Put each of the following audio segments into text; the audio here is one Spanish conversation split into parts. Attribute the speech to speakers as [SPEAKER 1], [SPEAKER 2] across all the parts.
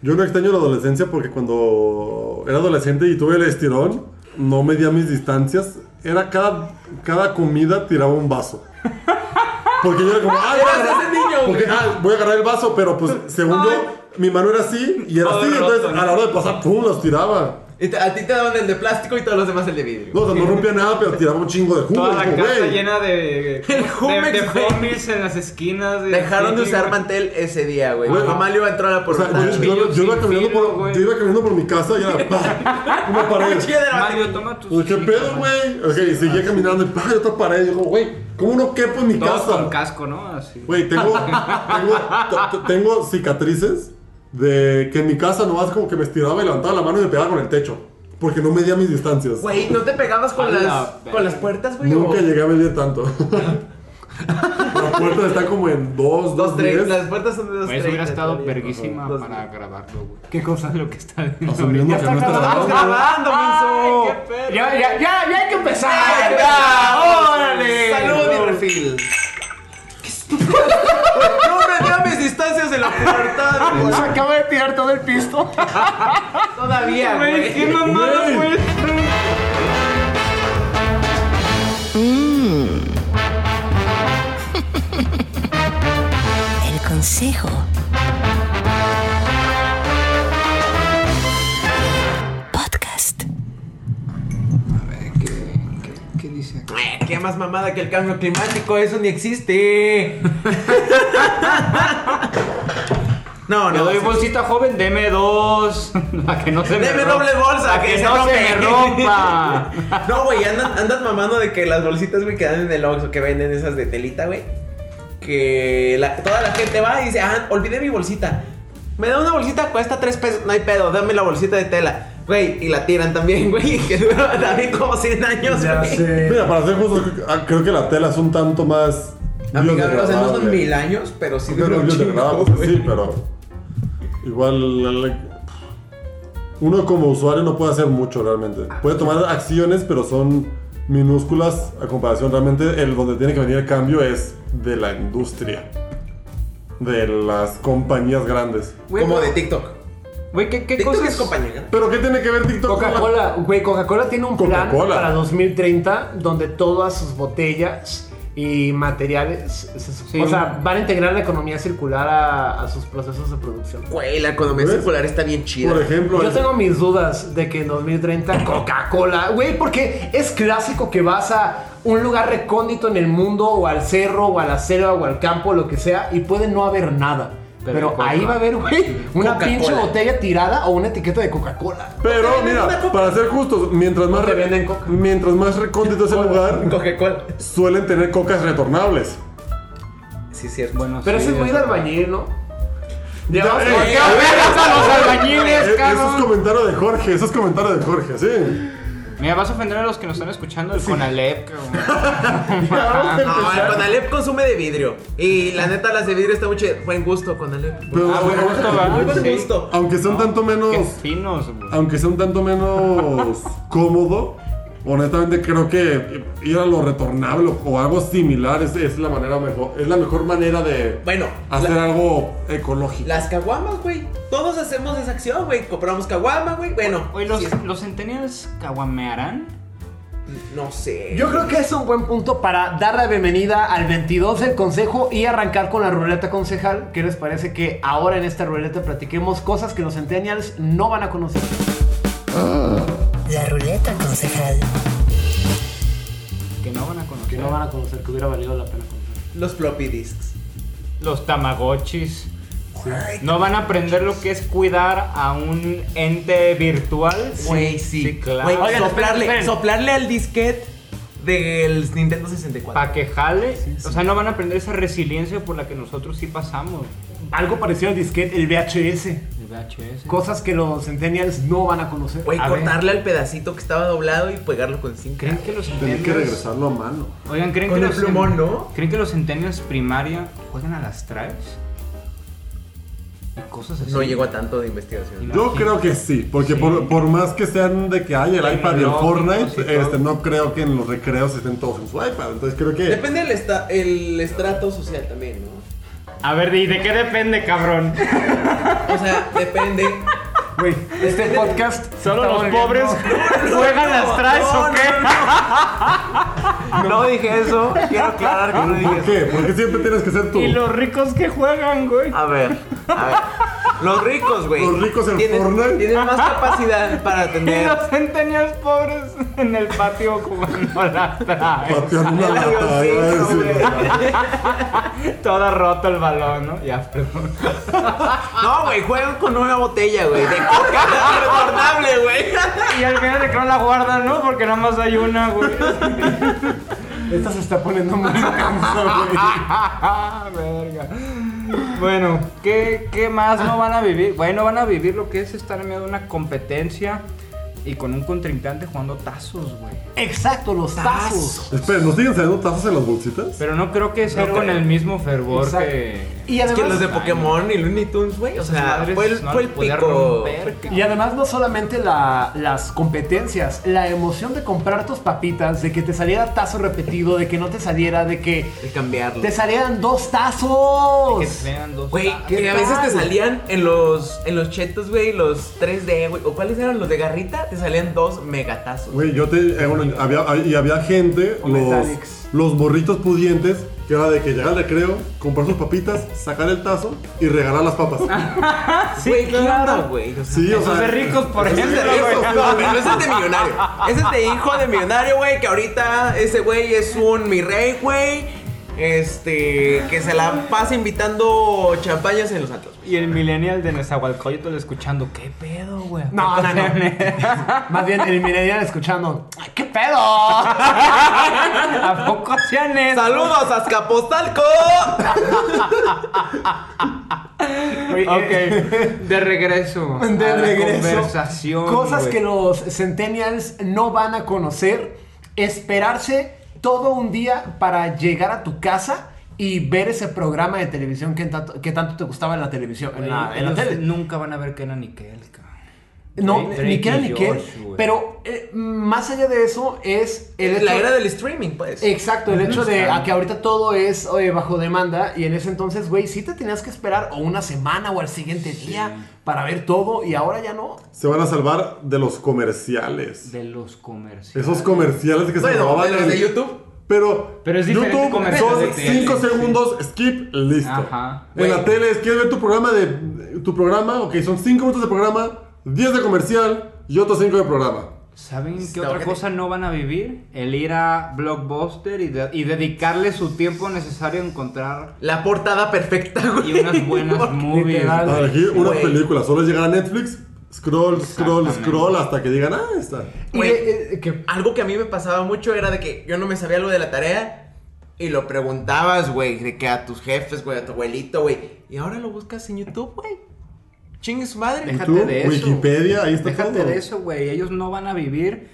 [SPEAKER 1] Yo no extraño la adolescencia porque cuando era adolescente y tuve el estirón, no medía mis distancias. Era cada, cada comida tiraba un vaso. Porque yo era como, ah, voy a
[SPEAKER 2] Eras
[SPEAKER 1] agarrar,
[SPEAKER 2] ese niño,
[SPEAKER 1] porque,
[SPEAKER 2] güey.
[SPEAKER 1] ah, voy a agarrar el vaso, pero pues según yo, mi mano era así y era
[SPEAKER 2] Todo
[SPEAKER 1] así.
[SPEAKER 2] roto,
[SPEAKER 1] Entonces
[SPEAKER 2] ¿no?
[SPEAKER 1] a la hora de pasar, pum, los tiraba.
[SPEAKER 2] Y te- a ti te daban el de plástico y todos los demás el de vidrio.
[SPEAKER 1] No, o sea, no rompía nada, pero tiraba un chingo de jugo.
[SPEAKER 3] Toda la
[SPEAKER 1] como,
[SPEAKER 3] casa
[SPEAKER 1] güey.
[SPEAKER 3] llena de.
[SPEAKER 2] El
[SPEAKER 3] de,
[SPEAKER 2] Jumex,
[SPEAKER 3] de
[SPEAKER 2] güey.
[SPEAKER 3] homies en las esquinas. de-
[SPEAKER 2] Dejaron de
[SPEAKER 3] sí,
[SPEAKER 2] usar
[SPEAKER 3] güey.
[SPEAKER 2] mantel ese día, güey. Mi
[SPEAKER 1] Güey.
[SPEAKER 2] mamá le iba a entrar a la
[SPEAKER 1] O sea,
[SPEAKER 2] portada.
[SPEAKER 1] yo, yo- yo
[SPEAKER 3] Cuchillo
[SPEAKER 1] iba
[SPEAKER 3] sin
[SPEAKER 1] caminando
[SPEAKER 3] filo,
[SPEAKER 1] por,
[SPEAKER 3] güey.
[SPEAKER 1] yo iba caminando por mi casa y era ¡pah! una pared.
[SPEAKER 3] Mario, toma tus.
[SPEAKER 1] Pues, ¿Qué pedo, güey? Ok, seguía caminando y ¡pah! otra pared. Y yo, como, güey, ¿cómo no quepo en mi
[SPEAKER 3] Todos con
[SPEAKER 1] casa?
[SPEAKER 3] casco, ¿no? Así.
[SPEAKER 1] Güey, tengo, tengo, t- t- tengo cicatrices de que en mi casa nomás como que me estiraba y levantaba la mano y me pegaba con el techo. Porque no medía mis distancias.
[SPEAKER 2] Güey, ¿no te pegabas
[SPEAKER 3] A
[SPEAKER 2] con
[SPEAKER 3] la
[SPEAKER 2] las,
[SPEAKER 3] verga.
[SPEAKER 2] con las puertas, güey?
[SPEAKER 1] Nunca
[SPEAKER 2] o-
[SPEAKER 1] llegué a medir tanto. la puerta está como en dos,
[SPEAKER 2] Dos,
[SPEAKER 1] dos,
[SPEAKER 2] tres.
[SPEAKER 1] diez.
[SPEAKER 2] Las puertas son de dos,
[SPEAKER 3] Güey,
[SPEAKER 2] tres.
[SPEAKER 3] Eso hubiera estado verguísima
[SPEAKER 2] verguísima
[SPEAKER 3] para grabarlo, güey. Qué cosa es lo que está dentro.
[SPEAKER 1] Asumiendo que no está
[SPEAKER 2] Estamos grabando,
[SPEAKER 3] Ay,
[SPEAKER 2] Minzo.
[SPEAKER 3] qué pedo. Ya, ya, ya, ya hay que empezar.
[SPEAKER 2] Ah, ¡Venga!
[SPEAKER 3] ¡Órale!
[SPEAKER 2] ¡Salud, mi refil! ¡No me dio mis distancias de la puerta! güey.
[SPEAKER 4] Se acaba de tirar todo el pisto.
[SPEAKER 2] Todavía,
[SPEAKER 3] Güey, qué
[SPEAKER 2] güey.
[SPEAKER 3] mamada,
[SPEAKER 1] Güey.
[SPEAKER 3] güey.
[SPEAKER 5] El consejo. Podcast.
[SPEAKER 3] ¿Qué dice?
[SPEAKER 2] Qué más mamada que el cambio climático, eso ni existe. No,
[SPEAKER 3] Le
[SPEAKER 2] no.
[SPEAKER 3] doy
[SPEAKER 2] sí.
[SPEAKER 3] bolsita joven, deme dos. A que no se me
[SPEAKER 2] Deme
[SPEAKER 3] rompa.
[SPEAKER 2] doble bolsa,
[SPEAKER 3] A
[SPEAKER 2] que
[SPEAKER 3] que
[SPEAKER 2] se
[SPEAKER 3] no se me
[SPEAKER 2] rompe.
[SPEAKER 3] rompa.
[SPEAKER 2] No, güey, andan- andas mamando de que las bolsitas, güey, que dan en el Oxxo, que venden esas de telita, güey. Que la- toda la gente va y dice, ah, olvidé mi bolsita. Me da una bolsita, cuesta tres pesos, no hay pedo, dame la bolsita de tela. Güey, y la tiran también, güey, que dura también como 100 años,
[SPEAKER 4] Ya
[SPEAKER 2] güey.
[SPEAKER 4] sé.
[SPEAKER 1] Mira, para ser justo, ah, creo que la tela es un tanto más.
[SPEAKER 2] Amiga, o sea, no son
[SPEAKER 1] biodegradable.
[SPEAKER 2] mil años, pero sí dura
[SPEAKER 1] Pero
[SPEAKER 2] un
[SPEAKER 1] biodegradable,
[SPEAKER 2] chingo,
[SPEAKER 1] pues,
[SPEAKER 2] güey.
[SPEAKER 1] sí, pero. Igual. la- la- uno como usuario no puede hacer mucho realmente.
[SPEAKER 2] Ah,
[SPEAKER 1] Puede tomar acciones, pero son minúsculas a comparación. Realmente, el donde tiene que venir el cambio es de la industria. De las compañías grandes.
[SPEAKER 3] Güey,
[SPEAKER 2] Como
[SPEAKER 3] pero-
[SPEAKER 2] de TikTok.
[SPEAKER 3] Güey, ¿qué, qué
[SPEAKER 2] TikTok
[SPEAKER 3] cosas?
[SPEAKER 2] es compañía.
[SPEAKER 1] ¿Pero qué tiene que ver TikTok? con la-
[SPEAKER 4] Coca-Cola, güey, Coca-Cola tiene un plan
[SPEAKER 1] Coca-Cola.
[SPEAKER 4] para 2030 donde todas sus botellas y materiales se-
[SPEAKER 3] Sí.
[SPEAKER 4] o sea, van a integrar la economía circular a, a sus procesos de producción.
[SPEAKER 2] Güey, la economía
[SPEAKER 1] ¿Ves?
[SPEAKER 2] circular está bien chida.
[SPEAKER 1] Por ejemplo,
[SPEAKER 4] Yo
[SPEAKER 1] el-
[SPEAKER 4] tengo mis dudas de que en 2030 Coca-Cola, güey, porque es clásico que vas a un lugar recóndito en el mundo o al cerro o a la selva o al campo, lo que sea, y puede no haber nada.
[SPEAKER 3] Pero
[SPEAKER 4] Pero,
[SPEAKER 3] Coca.
[SPEAKER 4] ahí va a haber, güey, una
[SPEAKER 2] Coca-Cola.
[SPEAKER 4] pinche botella tirada o una etiqueta de Coca-Cola.
[SPEAKER 1] Pero
[SPEAKER 2] Te venden una
[SPEAKER 1] mira,
[SPEAKER 2] Coca.
[SPEAKER 1] para ser justos, mientras más,
[SPEAKER 4] te
[SPEAKER 1] re-
[SPEAKER 4] venden Coca.
[SPEAKER 1] mientras más recóndito es el lugar,
[SPEAKER 2] Coca-Cola.
[SPEAKER 1] suelen tener cocas retornables.
[SPEAKER 2] Sí, cierto.
[SPEAKER 3] Bueno,
[SPEAKER 4] Pero
[SPEAKER 3] sí,
[SPEAKER 4] ese es muy
[SPEAKER 3] eso.
[SPEAKER 4] de albañil, ¿no? Ya,
[SPEAKER 1] Ya,
[SPEAKER 4] vamos
[SPEAKER 1] eh,
[SPEAKER 4] con-
[SPEAKER 1] eh,
[SPEAKER 3] ¡Qué vergas a los
[SPEAKER 1] Eh,
[SPEAKER 3] albañiles,
[SPEAKER 1] Eso es
[SPEAKER 3] cabrón!
[SPEAKER 1] comentario de Jorge, eso es comentario de Jorge, sí.
[SPEAKER 3] Mira, vas a ofender a los que nos están escuchando del Conalep, cabrón.
[SPEAKER 2] Ah, No, el Conalep consume de vidrio. Y la neta, las de vidrio está mucho. Buen gusto, Conalep.
[SPEAKER 1] Pero-
[SPEAKER 3] Ah, bueno, gusto, va.
[SPEAKER 2] Muy buen
[SPEAKER 3] Sí.
[SPEAKER 2] gusto.
[SPEAKER 1] Aunque sea un tanto
[SPEAKER 3] Qué
[SPEAKER 1] menos.
[SPEAKER 3] finos,
[SPEAKER 4] Ah.
[SPEAKER 3] güey.
[SPEAKER 1] Aunque sea un tanto menos cómodo, honestamente creo que ir a lo retornable o- o algo similar es, es la manera mejor. Es la mejor manera de
[SPEAKER 2] Bueno,
[SPEAKER 1] hacer
[SPEAKER 2] la-
[SPEAKER 1] algo ecológico.
[SPEAKER 2] Las caguamas, güey. Todos hacemos esa acción, güey. Compramos caguama, güey. Bueno,
[SPEAKER 3] Oye, ¿los,
[SPEAKER 2] sí,
[SPEAKER 3] ¿los centennials caguamearán?
[SPEAKER 2] no sé.
[SPEAKER 4] Yo creo que es un buen punto para dar la bienvenida al 22 del consejo y arrancar con la ruleta concejal. ¿Qué les parece que ahora en esta ruleta platiquemos cosas que los centennials no van a conocer?
[SPEAKER 5] La ruleta concejal.
[SPEAKER 3] Que no van a conocer.
[SPEAKER 4] Que no van a conocer, que hubiera valido la pena conocer.
[SPEAKER 2] Los floppy disks.
[SPEAKER 3] Los tamagotchis.
[SPEAKER 2] Ay,
[SPEAKER 3] No van a aprender lo que es cuidar a un ente virtual.
[SPEAKER 2] Güey, sí.
[SPEAKER 3] claro.
[SPEAKER 2] Güey,
[SPEAKER 3] Oigan,
[SPEAKER 2] soplarle,
[SPEAKER 3] esperen, esperen.
[SPEAKER 2] soplarle al disquete del Nintendo 64.
[SPEAKER 3] Pa' que jale. O sea, no van a aprender esa resiliencia por la que nosotros sí pasamos.
[SPEAKER 4] Algo parecido al disquete, el VHS.
[SPEAKER 3] El VHS.
[SPEAKER 4] Cosas que los centennials no van a conocer.
[SPEAKER 2] Güey,
[SPEAKER 3] A ver.
[SPEAKER 2] cortarle al pedacito que estaba doblado y pegarlo con cinco.
[SPEAKER 3] ¿Creen que los
[SPEAKER 1] Tener
[SPEAKER 3] centennials...
[SPEAKER 1] que regresarlo a mano.
[SPEAKER 3] Oigan, ¿creen
[SPEAKER 2] Con
[SPEAKER 3] que
[SPEAKER 2] el
[SPEAKER 3] los
[SPEAKER 2] plumón, ¿no?
[SPEAKER 3] ¿Creen que los centennials primaria juegan a las traves? Y cosas así.
[SPEAKER 2] No llegó a tanto de investigación.
[SPEAKER 1] Yo creo que sí, porque
[SPEAKER 3] Sí.
[SPEAKER 1] Por, por más que sean de que hay el iPad y el
[SPEAKER 3] Tecnológicos y
[SPEAKER 1] Fortnite,
[SPEAKER 3] todo.
[SPEAKER 1] este, no creo que en los recreos estén todos en su iPad. Entonces creo que.
[SPEAKER 2] Depende del esta- el estrato social también, ¿no?
[SPEAKER 3] A ver, ¿y de qué depende, cabrón?
[SPEAKER 2] O sea, depende.
[SPEAKER 4] Güey, este podcast. se
[SPEAKER 3] Solo
[SPEAKER 4] está
[SPEAKER 3] los
[SPEAKER 4] volviendo-
[SPEAKER 3] pobres juegan las traes
[SPEAKER 2] no,
[SPEAKER 3] o
[SPEAKER 2] no,
[SPEAKER 3] qué.
[SPEAKER 4] No dije eso. Quiero aclarar que no dije
[SPEAKER 1] ¿Por
[SPEAKER 4] eso.
[SPEAKER 1] qué? Porque siempre tienes que ser tú.
[SPEAKER 3] Y los ricos que juegan, güey.
[SPEAKER 2] A ver, a ver. Los ricos, güey.
[SPEAKER 1] Los ricos en
[SPEAKER 2] tienen,
[SPEAKER 1] Fortnite.
[SPEAKER 2] Tienen más capacidad para
[SPEAKER 3] Y
[SPEAKER 2] tener.
[SPEAKER 3] los centenials pobres en el patio jugando las traes.
[SPEAKER 1] Patear una eh, lata, iba a
[SPEAKER 2] avioncito,
[SPEAKER 1] decir.
[SPEAKER 3] Todo roto el balón, ¿no? Ya, perdón.
[SPEAKER 2] No, güey, juegan con una botella, güey. De coca retornable, güey.
[SPEAKER 3] Y al final de que no la guardan, ¿no? Porque nada más hay una, güey.
[SPEAKER 4] Esta se está poniendo muy intenso, güey.
[SPEAKER 3] Verga. Bueno, ¿qué, qué más no van a vivir? Bueno, van a vivir lo que es estar en medio de una competencia y con un contrincante jugando tazos, güey.
[SPEAKER 4] Exacto, los tazos.
[SPEAKER 1] Esperen, ¿nos siguen saliendo tazas en las bolsitas?
[SPEAKER 3] Pero no creo que sea
[SPEAKER 2] No
[SPEAKER 3] con
[SPEAKER 2] creo.
[SPEAKER 3] el mismo fervor
[SPEAKER 4] Exacto.
[SPEAKER 3] que.
[SPEAKER 4] Y
[SPEAKER 2] Es
[SPEAKER 4] además,
[SPEAKER 2] que los de Pokémon y Looney Tunes, güey. O
[SPEAKER 3] esas
[SPEAKER 2] sea,
[SPEAKER 3] madres
[SPEAKER 2] fue el,
[SPEAKER 3] no
[SPEAKER 2] fue el
[SPEAKER 3] las podía
[SPEAKER 2] pico.
[SPEAKER 3] romper, cabrón.
[SPEAKER 4] Y además no solamente la- las competencias, la emoción de comprar tus papitas, de que te saliera tazo repetido, de que no te saliera, de que
[SPEAKER 2] El cambiarlo.
[SPEAKER 4] te salieran dos tazos.
[SPEAKER 3] Que te vengan dos
[SPEAKER 2] Güey,
[SPEAKER 3] tazos.
[SPEAKER 2] que a
[SPEAKER 4] tal?
[SPEAKER 2] veces te salían en los, en los chetos, güey, los 3D, güey. ¿O cuáles eran los de garrita? Te salían dos megatazos.
[SPEAKER 1] Güey, yo te. eh, bueno, había, hay- y había gente,
[SPEAKER 4] O
[SPEAKER 1] los,
[SPEAKER 4] Metallics.
[SPEAKER 1] los morritos pudientes, que era de que llegar al recreo, comprar sus papitas, sacar el tazo y regalar las papas.
[SPEAKER 3] Sí,
[SPEAKER 2] Güey, ¿qué
[SPEAKER 3] claro.
[SPEAKER 2] onda, güey? O sea,
[SPEAKER 1] Sí, o
[SPEAKER 3] Esos
[SPEAKER 1] sea.
[SPEAKER 3] de ricos, por
[SPEAKER 1] esos
[SPEAKER 2] Ese
[SPEAKER 1] de
[SPEAKER 2] es de
[SPEAKER 3] ejemplo,
[SPEAKER 1] ricos,
[SPEAKER 2] rico,
[SPEAKER 1] sí,
[SPEAKER 2] no,
[SPEAKER 1] de
[SPEAKER 2] pero
[SPEAKER 1] ricos.
[SPEAKER 2] ese es de millonario. Ese es de hijo de millonario, güey, que ahorita ese güey es un mi rey, güey. Este, que se la pasa invitando champañas en los altos.
[SPEAKER 3] Y el millennial de Nezahualcóyotl escuchando, ¿qué pedo, güey?
[SPEAKER 4] No, no, no. Más bien el millennial escuchando. "Ay, ¿Qué pedo?
[SPEAKER 3] ¿A poco hacían eso?
[SPEAKER 2] ¡Saludos, Azcapotzalco!
[SPEAKER 3] Ok, de regreso.
[SPEAKER 4] De
[SPEAKER 3] a la
[SPEAKER 4] regreso.
[SPEAKER 3] Conversación.
[SPEAKER 4] Cosas
[SPEAKER 3] güey.
[SPEAKER 4] que los centennials no van a conocer. Esperarse todo un día para llegar a tu casa y ver ese programa de televisión que tanto, que tanto te gustaba en la televisión. En la, en la
[SPEAKER 3] Ellos
[SPEAKER 4] tele.
[SPEAKER 3] Nunca van a ver que era Nickel, cabrón.
[SPEAKER 4] No,
[SPEAKER 3] Drake-
[SPEAKER 4] ni
[SPEAKER 3] Drake
[SPEAKER 4] que era
[SPEAKER 3] y
[SPEAKER 4] ni que.
[SPEAKER 3] Josh, güey.
[SPEAKER 4] Pero eh, más allá de eso es el
[SPEAKER 2] La
[SPEAKER 4] hecho-
[SPEAKER 2] era del streaming, pues.
[SPEAKER 4] Exacto, el hecho de
[SPEAKER 3] Claro.
[SPEAKER 4] a que ahorita todo es eh, bajo demanda y en ese entonces, güey, sí te tenías que esperar o una semana o al siguiente día para ver todo y ahora ya no.
[SPEAKER 1] Se van a salvar de los comerciales.
[SPEAKER 3] De los comerciales.
[SPEAKER 1] Esos comerciales que se
[SPEAKER 2] Bueno,
[SPEAKER 1] robaban
[SPEAKER 2] de los de YouTube.
[SPEAKER 1] Pero,
[SPEAKER 3] Pero es diferente
[SPEAKER 1] YouTube
[SPEAKER 3] comercial
[SPEAKER 1] son
[SPEAKER 3] de tele,
[SPEAKER 1] 5
[SPEAKER 3] sí.
[SPEAKER 1] segundos, skip, listo.
[SPEAKER 3] Ajá.
[SPEAKER 1] En la tele, es, ¿quieres ver tu programa de tu programa? Ok, son 5 minutos de programa, 10 de comercial y otros 5 de programa.
[SPEAKER 3] ¿Saben qué
[SPEAKER 2] Está
[SPEAKER 3] otra
[SPEAKER 2] ojete.
[SPEAKER 3] cosa no van a vivir? El ir a Blockbuster y, de- y dedicarle su tiempo necesario a encontrar
[SPEAKER 2] La portada perfecta, güey.
[SPEAKER 3] y unas buenas movies.
[SPEAKER 4] literal.
[SPEAKER 1] Para
[SPEAKER 3] güey.
[SPEAKER 1] elegir una
[SPEAKER 2] Güey.
[SPEAKER 1] película, solo llegar a Netflix, scroll, scroll,
[SPEAKER 3] Exactamente.
[SPEAKER 1] scroll hasta que digan, ah, está.
[SPEAKER 4] Y
[SPEAKER 2] Güey.
[SPEAKER 4] eh, eh, que
[SPEAKER 2] Algo que a mí me pasaba mucho era de que yo no me sabía algo de la tarea y lo preguntabas, güey, de que a tus jefes, güey, a tu abuelito, güey. Y ahora lo buscas en YouTube, güey. Chingue su madre.
[SPEAKER 3] Déjate
[SPEAKER 1] YouTube,
[SPEAKER 3] de eso.
[SPEAKER 1] Wikipedia, ahí está
[SPEAKER 3] Déjate
[SPEAKER 1] todo.
[SPEAKER 3] de eso, güey. Ellos no van a vivir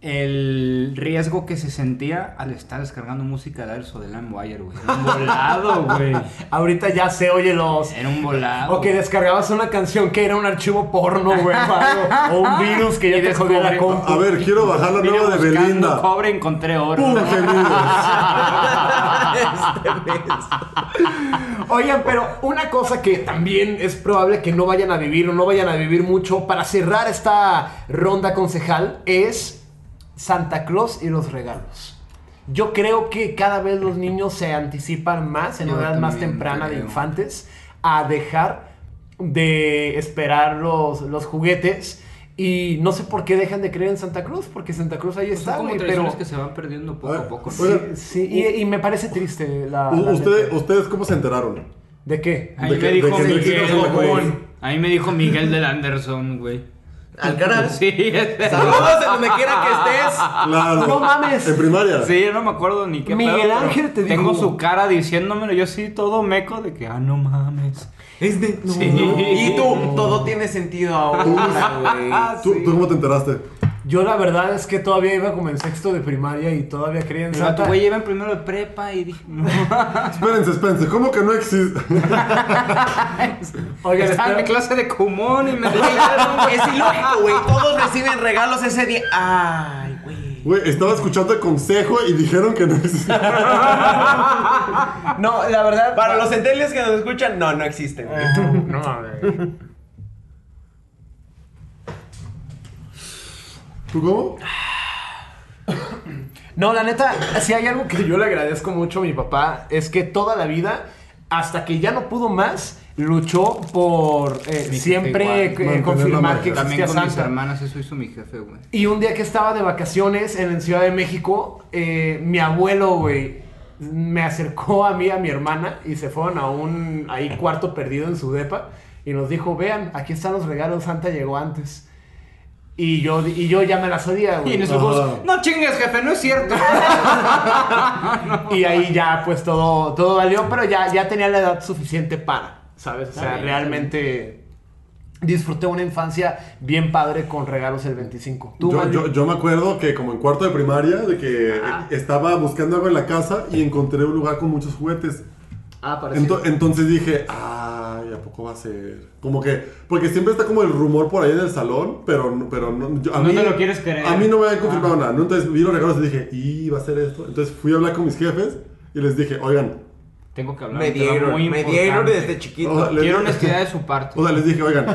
[SPEAKER 3] el riesgo que se sentía al estar descargando música de Alzo de Limewire, güey. Era un volado, güey.
[SPEAKER 4] ahorita ya se oye los.
[SPEAKER 3] Era un volado.
[SPEAKER 4] O que descargabas una canción que era un archivo porno, güey, o algo, o un virus que ya
[SPEAKER 3] Y
[SPEAKER 4] te jodía la
[SPEAKER 3] descubre-
[SPEAKER 4] compu.
[SPEAKER 1] A ver, quiero bajar la
[SPEAKER 3] Vine
[SPEAKER 1] nueva de
[SPEAKER 3] buscando
[SPEAKER 1] Belinda.
[SPEAKER 3] cobre, encontré oro.
[SPEAKER 1] ¡Pum! gemidos.
[SPEAKER 2] este mes.
[SPEAKER 4] Oigan, pero una cosa que también es probable que no vayan a vivir o no vayan a vivir mucho para cerrar esta ronda concejal es Santa Claus y los regalos. Yo creo que cada vez los niños se anticipan más en
[SPEAKER 3] Yo
[SPEAKER 4] una edad más
[SPEAKER 3] también
[SPEAKER 4] temprana de
[SPEAKER 3] creo.
[SPEAKER 4] infantes a dejar de esperar los, los juguetes y no sé por qué dejan de creer en Santa Cruz, porque Santa Cruz ahí
[SPEAKER 3] Pues Son
[SPEAKER 4] está,
[SPEAKER 3] como
[SPEAKER 4] güey,
[SPEAKER 3] tradiciones
[SPEAKER 4] pero...
[SPEAKER 3] que se van perdiendo poco
[SPEAKER 1] Ahora,
[SPEAKER 3] a poco. ¿no?
[SPEAKER 1] oigan,
[SPEAKER 4] Sí, sí, y, y me parece triste la... la
[SPEAKER 1] U- ¿Ustedes,
[SPEAKER 4] neta.
[SPEAKER 1] ¿Ustedes cómo se enteraron?
[SPEAKER 4] ¿De qué?
[SPEAKER 3] A mí
[SPEAKER 1] de que-
[SPEAKER 3] me dijo
[SPEAKER 1] de que no existe
[SPEAKER 3] Miguel,
[SPEAKER 1] Santa Claus.
[SPEAKER 3] güey. A mí me dijo Miguel del Anderson, güey.
[SPEAKER 2] Alcaraz.
[SPEAKER 3] Sí, ese-
[SPEAKER 2] Saludos de donde quiera que estés.
[SPEAKER 1] Claro.
[SPEAKER 4] No mames.
[SPEAKER 1] En primaria.
[SPEAKER 3] Ah, Sí, yo no me acuerdo ni qué
[SPEAKER 4] Miguel
[SPEAKER 3] pero
[SPEAKER 4] Ángel te
[SPEAKER 3] Tengo
[SPEAKER 4] dijo.
[SPEAKER 3] su cara diciéndomelo, yo sí todo meco de que, ah, no mames.
[SPEAKER 2] Es de-
[SPEAKER 3] Sí.
[SPEAKER 2] Y tú, todo tiene sentido ahora, güey.
[SPEAKER 1] ¿Tú, tú cómo te enteraste?
[SPEAKER 4] Yo la verdad es que todavía iba como en sexto de primaria y todavía creía en
[SPEAKER 3] Pero tu
[SPEAKER 4] Santa.
[SPEAKER 3] güey lleva en primero de prepa y dije, no.
[SPEAKER 1] Espérense, espérense, ¿cómo que no existe?
[SPEAKER 4] Oigan,
[SPEAKER 3] Estaba en mi
[SPEAKER 4] espera-
[SPEAKER 3] clase de común y me
[SPEAKER 2] Güey, es ilógico, güey. Todos reciben regalos ese día. Ay, güey.
[SPEAKER 1] Güey, estaba escuchando el consejo y dijeron que no existe.
[SPEAKER 4] No, la verdad.
[SPEAKER 2] Para los centelios que nos escuchan, no, no existen, güey.
[SPEAKER 4] No, a ver.
[SPEAKER 1] ¿Tú cómo?
[SPEAKER 4] No, la neta, si hay algo que yo le agradezco mucho a mi papá, es que toda la vida, hasta que ya no pudo más, luchó por eh,
[SPEAKER 3] Mi
[SPEAKER 4] siempre
[SPEAKER 1] igual.
[SPEAKER 3] jefe
[SPEAKER 4] eh,
[SPEAKER 1] Mantener la
[SPEAKER 4] confirmar
[SPEAKER 1] marca.
[SPEAKER 4] que
[SPEAKER 3] También
[SPEAKER 4] existía
[SPEAKER 3] con mis
[SPEAKER 4] Santa.
[SPEAKER 3] hermanas, eso hizo mi jefe, güey.
[SPEAKER 4] Y un día que estaba de vacaciones en Ciudad de México, eh, mi abuelo, güey, me acercó a mí, a mi hermana, y se fueron a un ahí cuarto perdido en su depa. Y nos dijo, vean, aquí están los regalos, Santa llegó antes. Y yo, y yo ya me la sabía, güey.
[SPEAKER 3] Y en esos
[SPEAKER 1] Ajá.
[SPEAKER 3] juegos, no chingues, jefe, no es cierto.
[SPEAKER 4] Y ahí ya, pues todo, todo valió, pero ya, ya tenía la edad suficiente para, ¿sabes? O sea,
[SPEAKER 2] bien,
[SPEAKER 4] realmente disfruté una infancia bien padre con regalos el 25. Tú,
[SPEAKER 1] Yo,
[SPEAKER 4] Mandy?
[SPEAKER 1] yo, yo me acuerdo que como en cuarto de primaria, de que estaba buscando algo en la casa y encontré un lugar con muchos juguetes.
[SPEAKER 4] Ah, parece.
[SPEAKER 1] Ento- entonces dije, ay, ¿a poco va a ser? Como que, porque siempre está como el rumor por ahí en el salón, pero, no- pero no, yo- a
[SPEAKER 3] No
[SPEAKER 1] mí,
[SPEAKER 3] te lo quieres creer.
[SPEAKER 1] A mí no me habían confirmado nada, ¿no? Entonces vi los regalos y dije, y va a ser esto. Entonces fui a hablar con mis jefes y les dije, oigan,
[SPEAKER 3] Tengo que hablar.
[SPEAKER 2] Me
[SPEAKER 3] un tema muy
[SPEAKER 2] dieron, me
[SPEAKER 3] importante.
[SPEAKER 2] dieron desde
[SPEAKER 1] o sea,
[SPEAKER 2] chiquito.
[SPEAKER 1] les-
[SPEAKER 3] Quiero honestidad de su parte.
[SPEAKER 1] O sea, les dije, oigan,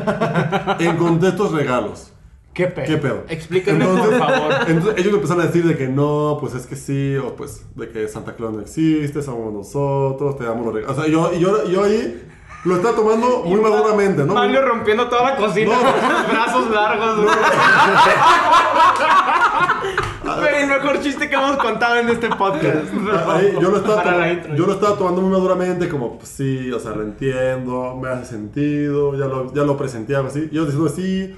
[SPEAKER 1] encontré estos regalos.
[SPEAKER 4] ¿Qué pedo?
[SPEAKER 1] ¿Qué pedo?
[SPEAKER 3] Explíquenme, por favor.
[SPEAKER 1] Entonces ellos me empezaron a decir de que no, pues es que sí, o pues de que Santa Claus no existe, somos nosotros, te damos los regalos. O sea, yo, yo, yo ahí lo estaba tomando muy maduramente, ¿no?
[SPEAKER 3] Mario rompiendo toda la cocina
[SPEAKER 1] No.
[SPEAKER 3] con sus brazos largos, güey.
[SPEAKER 2] Pero el mejor chiste que hemos contado en este podcast.
[SPEAKER 1] Ahí, yo, lo estaba
[SPEAKER 3] Para la
[SPEAKER 1] to-
[SPEAKER 3] intro.
[SPEAKER 1] yo lo estaba tomando muy maduramente, como pues, sí, o sea, lo entiendo, me hace sentido, ya lo, ya lo presenté algo así. Y yo diciendo, sí,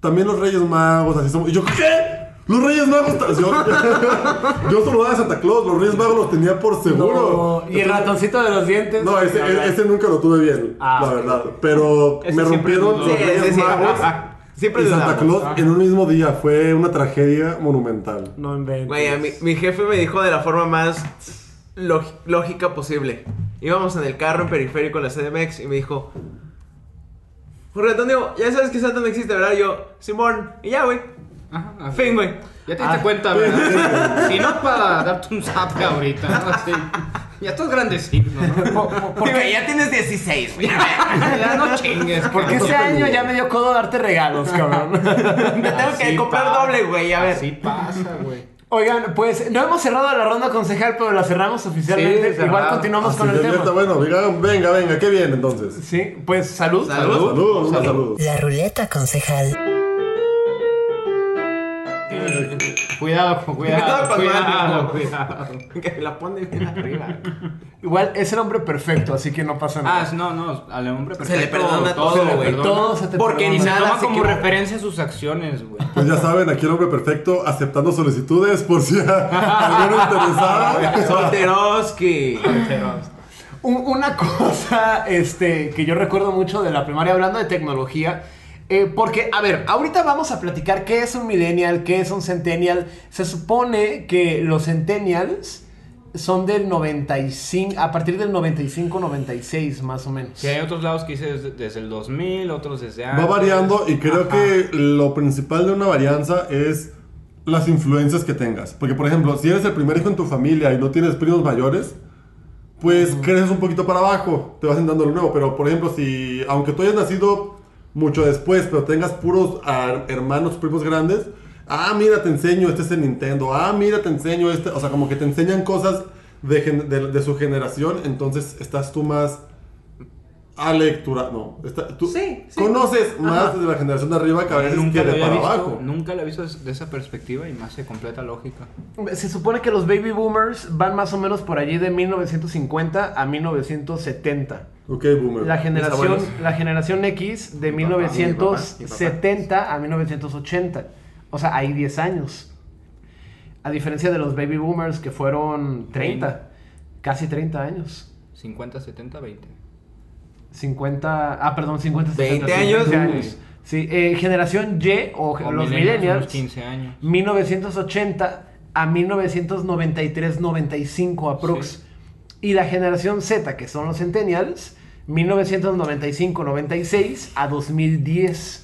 [SPEAKER 1] también los Reyes Magos, así somos. Y yo, ¿qué? Los Reyes Magos, ta- yo, yo solo daba a Santa Claus, los Reyes Magos los tenía por seguro.
[SPEAKER 4] No, y el ratoncito de los dientes.
[SPEAKER 1] No, ese, e- ese nunca lo tuve bien,
[SPEAKER 4] Ah,
[SPEAKER 1] la
[SPEAKER 4] ok,
[SPEAKER 1] verdad. Pero
[SPEAKER 3] Ese
[SPEAKER 1] me
[SPEAKER 3] siempre
[SPEAKER 1] rompieron
[SPEAKER 3] es
[SPEAKER 1] los
[SPEAKER 2] Sí,
[SPEAKER 1] Reyes
[SPEAKER 2] sí, sí,
[SPEAKER 1] Magos
[SPEAKER 2] ajá. Siempre
[SPEAKER 1] y
[SPEAKER 2] les
[SPEAKER 1] Santa
[SPEAKER 2] damos.
[SPEAKER 1] Claus en un mismo día. Fue una tragedia monumental.
[SPEAKER 4] No inventes.
[SPEAKER 2] Güey, a mí- mi jefe me dijo de la forma más log- lógica posible. Íbamos en el carro en periférico en la CDMX y me dijo: Jorge Antonio, ya sabes que Santa no existe, ¿verdad? Y Yo, Simón, y ya, güey.
[SPEAKER 3] Ajá, ajá.
[SPEAKER 2] Fin, güey.
[SPEAKER 3] Ya te
[SPEAKER 2] Ah.
[SPEAKER 3] diste cuenta, ¿verdad? si no, para darte un zap ahorita, ¿no? Así. Ya estás grandecito, ¿no?
[SPEAKER 2] Porque ya tienes 16, güey.
[SPEAKER 3] Ya no chingues.
[SPEAKER 4] Porque
[SPEAKER 3] cabrón.
[SPEAKER 4] ese año ya me dio codo darte regalos, cabrón.
[SPEAKER 2] Me tengo que
[SPEAKER 3] Así
[SPEAKER 2] comprar
[SPEAKER 3] pasa.
[SPEAKER 2] doble, güey, a ver.
[SPEAKER 3] Así pasa, güey.
[SPEAKER 4] Oigan, pues no hemos cerrado la ronda concejal, pero la cerramos oficialmente.
[SPEAKER 3] Sí,
[SPEAKER 4] Igual
[SPEAKER 3] cerrado.
[SPEAKER 4] continuamos
[SPEAKER 1] Así
[SPEAKER 4] con
[SPEAKER 1] que
[SPEAKER 4] el
[SPEAKER 1] ya está
[SPEAKER 4] tema.
[SPEAKER 1] bueno, venga, venga, venga, qué bien entonces.
[SPEAKER 4] Sí, pues salud.
[SPEAKER 2] Salud.
[SPEAKER 1] Saludos, un saludo.
[SPEAKER 5] La ruleta concejal.
[SPEAKER 3] Cuidado, con-
[SPEAKER 2] Cuidado con
[SPEAKER 3] cuidado, cuidado,
[SPEAKER 2] Mario.
[SPEAKER 3] cuidado.
[SPEAKER 2] Que la pone bien arriba.
[SPEAKER 4] Igual es el hombre perfecto, así que no pasa nada.
[SPEAKER 3] Ah, no, no, al hombre
[SPEAKER 2] Se le
[SPEAKER 3] perfecto,
[SPEAKER 2] perdona todo,
[SPEAKER 3] le
[SPEAKER 2] güey.
[SPEAKER 3] perdona.
[SPEAKER 4] Todo se te
[SPEAKER 2] Porque ni
[SPEAKER 4] perdona.
[SPEAKER 3] Se
[SPEAKER 2] nada
[SPEAKER 3] toma
[SPEAKER 2] se
[SPEAKER 3] como
[SPEAKER 2] equivoca.
[SPEAKER 3] referencia sus acciones, güey.
[SPEAKER 1] Pues ya saben, aquí el hombre perfecto aceptando solicitudes por si a- alguno interesado.
[SPEAKER 2] Ah, Solteroski.
[SPEAKER 4] Un- una cosa este, que yo recuerdo mucho de la primaria, hablando de tecnología, eh, porque, a ver, ahorita vamos a platicar qué es un millennial, qué es un centennial. Se supone que los centennials son del 95, a partir del 95, 96 más o menos.
[SPEAKER 3] Si hay otros lados que hice desde, desde el 2000, otros desde antes.
[SPEAKER 1] Va variando y creo que lo principal de una varianza es las influencias que tengas. Porque, por ejemplo, si eres el primer hijo en tu familia y no tienes primos mayores, pues creces un poquito para abajo, te vas sentando lo nuevo. Pero, por ejemplo, si, aunque tú hayas nacido mucho después, pero tengas puros ah, hermanos, primos grandes, ah, mira, te enseño, este es el Nintendo, ah, mira, te enseño este, o sea, como que te enseñan cosas de, gen- de- de su generación, entonces estás tú más a lectura, no, está- tú
[SPEAKER 2] Sí, sí.
[SPEAKER 1] conoces más de la generación de arriba que a veces que
[SPEAKER 3] Nunca
[SPEAKER 1] de
[SPEAKER 3] lo había
[SPEAKER 1] para
[SPEAKER 3] visto,
[SPEAKER 1] abajo.
[SPEAKER 3] nunca lo he visto des- de esa perspectiva y más de completa lógica.
[SPEAKER 4] Se supone que los baby boomers van más o menos por allí de 1950 a 1970.
[SPEAKER 1] Ok, boomer.
[SPEAKER 4] La generación,
[SPEAKER 2] abuelos.
[SPEAKER 4] la generación X de
[SPEAKER 2] Mi papá, mi papá, mi papá.
[SPEAKER 4] 1970 a 1980. O sea, hay 10 años. A diferencia de los baby boomers que fueron 30, casi 30 años.
[SPEAKER 3] 50, 70, 20.
[SPEAKER 4] 50, ah, perdón, 50,
[SPEAKER 2] 20
[SPEAKER 4] sí,
[SPEAKER 2] años.
[SPEAKER 4] 20 Sí, eh, generación Y o,
[SPEAKER 3] O
[SPEAKER 4] los
[SPEAKER 3] millennials, unos
[SPEAKER 4] millennials,
[SPEAKER 3] 15 años.
[SPEAKER 4] Mm. 1980 a 1993-95 aprox.
[SPEAKER 3] Sí.
[SPEAKER 4] Y la generación Z, que son los centennials, 1995-96 a 2010.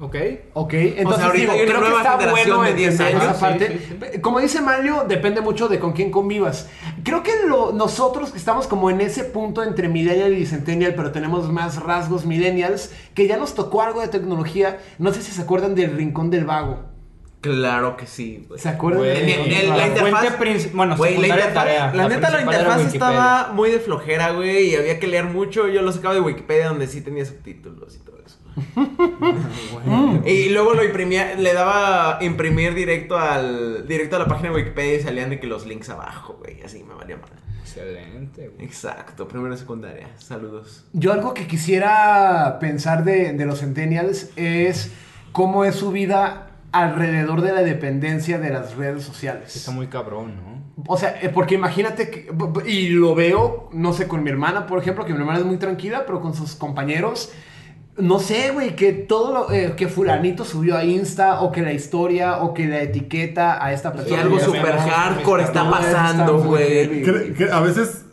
[SPEAKER 3] Ok.
[SPEAKER 4] Ok, entonces
[SPEAKER 2] ahorita
[SPEAKER 4] digo,
[SPEAKER 2] hay una
[SPEAKER 4] creo que
[SPEAKER 2] nueva
[SPEAKER 4] está
[SPEAKER 2] generación
[SPEAKER 4] bueno
[SPEAKER 2] de 10
[SPEAKER 4] entender
[SPEAKER 2] años.
[SPEAKER 4] esa parte.
[SPEAKER 3] Sí, sí,
[SPEAKER 4] Como dice Mario, depende mucho de con quién convivas. Creo que lo- nosotros que estamos como en ese punto entre millennial y centennial, pero tenemos más rasgos millennials, que ya nos tocó algo de tecnología. No sé si se acuerdan del Rincón del Vago.
[SPEAKER 2] Claro que sí, güey.
[SPEAKER 4] ¿Se acuerdan de
[SPEAKER 2] Güey,
[SPEAKER 4] mi-
[SPEAKER 2] el- la
[SPEAKER 3] Ah,
[SPEAKER 2] interfaz-
[SPEAKER 3] Fuente princip- bueno,
[SPEAKER 2] Güey, la,
[SPEAKER 3] secundaria
[SPEAKER 2] interfaz-
[SPEAKER 3] tarea,
[SPEAKER 2] la neta, la
[SPEAKER 3] principal era
[SPEAKER 2] interfaz
[SPEAKER 3] Wikipedia.
[SPEAKER 2] estaba muy de flojera, güey, y había que leer mucho. Yo lo sacaba de Wikipedia, donde sí tenía subtítulos y todo eso. y luego lo imprimía, le daba imprimir directo al directo a la página de Wikipedia y salían de que los links abajo, güey, así me valía mal.
[SPEAKER 3] Excelente, güey.
[SPEAKER 2] Exacto, primero secundaria. Saludos.
[SPEAKER 4] Yo algo que quisiera pensar de, de los centennials es cómo es su vida alrededor de la dependencia de las redes sociales.
[SPEAKER 3] Está muy cabrón, ¿no?
[SPEAKER 4] O sea, eh, porque imagínate, que- b- b- y lo veo, no sé, con mi hermana, por ejemplo, que mi hermana es muy tranquila, pero con sus compañeros, no sé, güey, que todo lo eh, que fulanito subió a Insta, o que la historia, o que la etiqueta a esta
[SPEAKER 2] Y
[SPEAKER 4] persona.
[SPEAKER 2] algo
[SPEAKER 3] ya
[SPEAKER 2] súper
[SPEAKER 3] vemos,
[SPEAKER 2] hardcore
[SPEAKER 3] está-
[SPEAKER 2] está
[SPEAKER 4] No, eso
[SPEAKER 2] pasando,
[SPEAKER 4] está muy
[SPEAKER 2] güey.
[SPEAKER 4] heavy.
[SPEAKER 1] Cre- que a veces,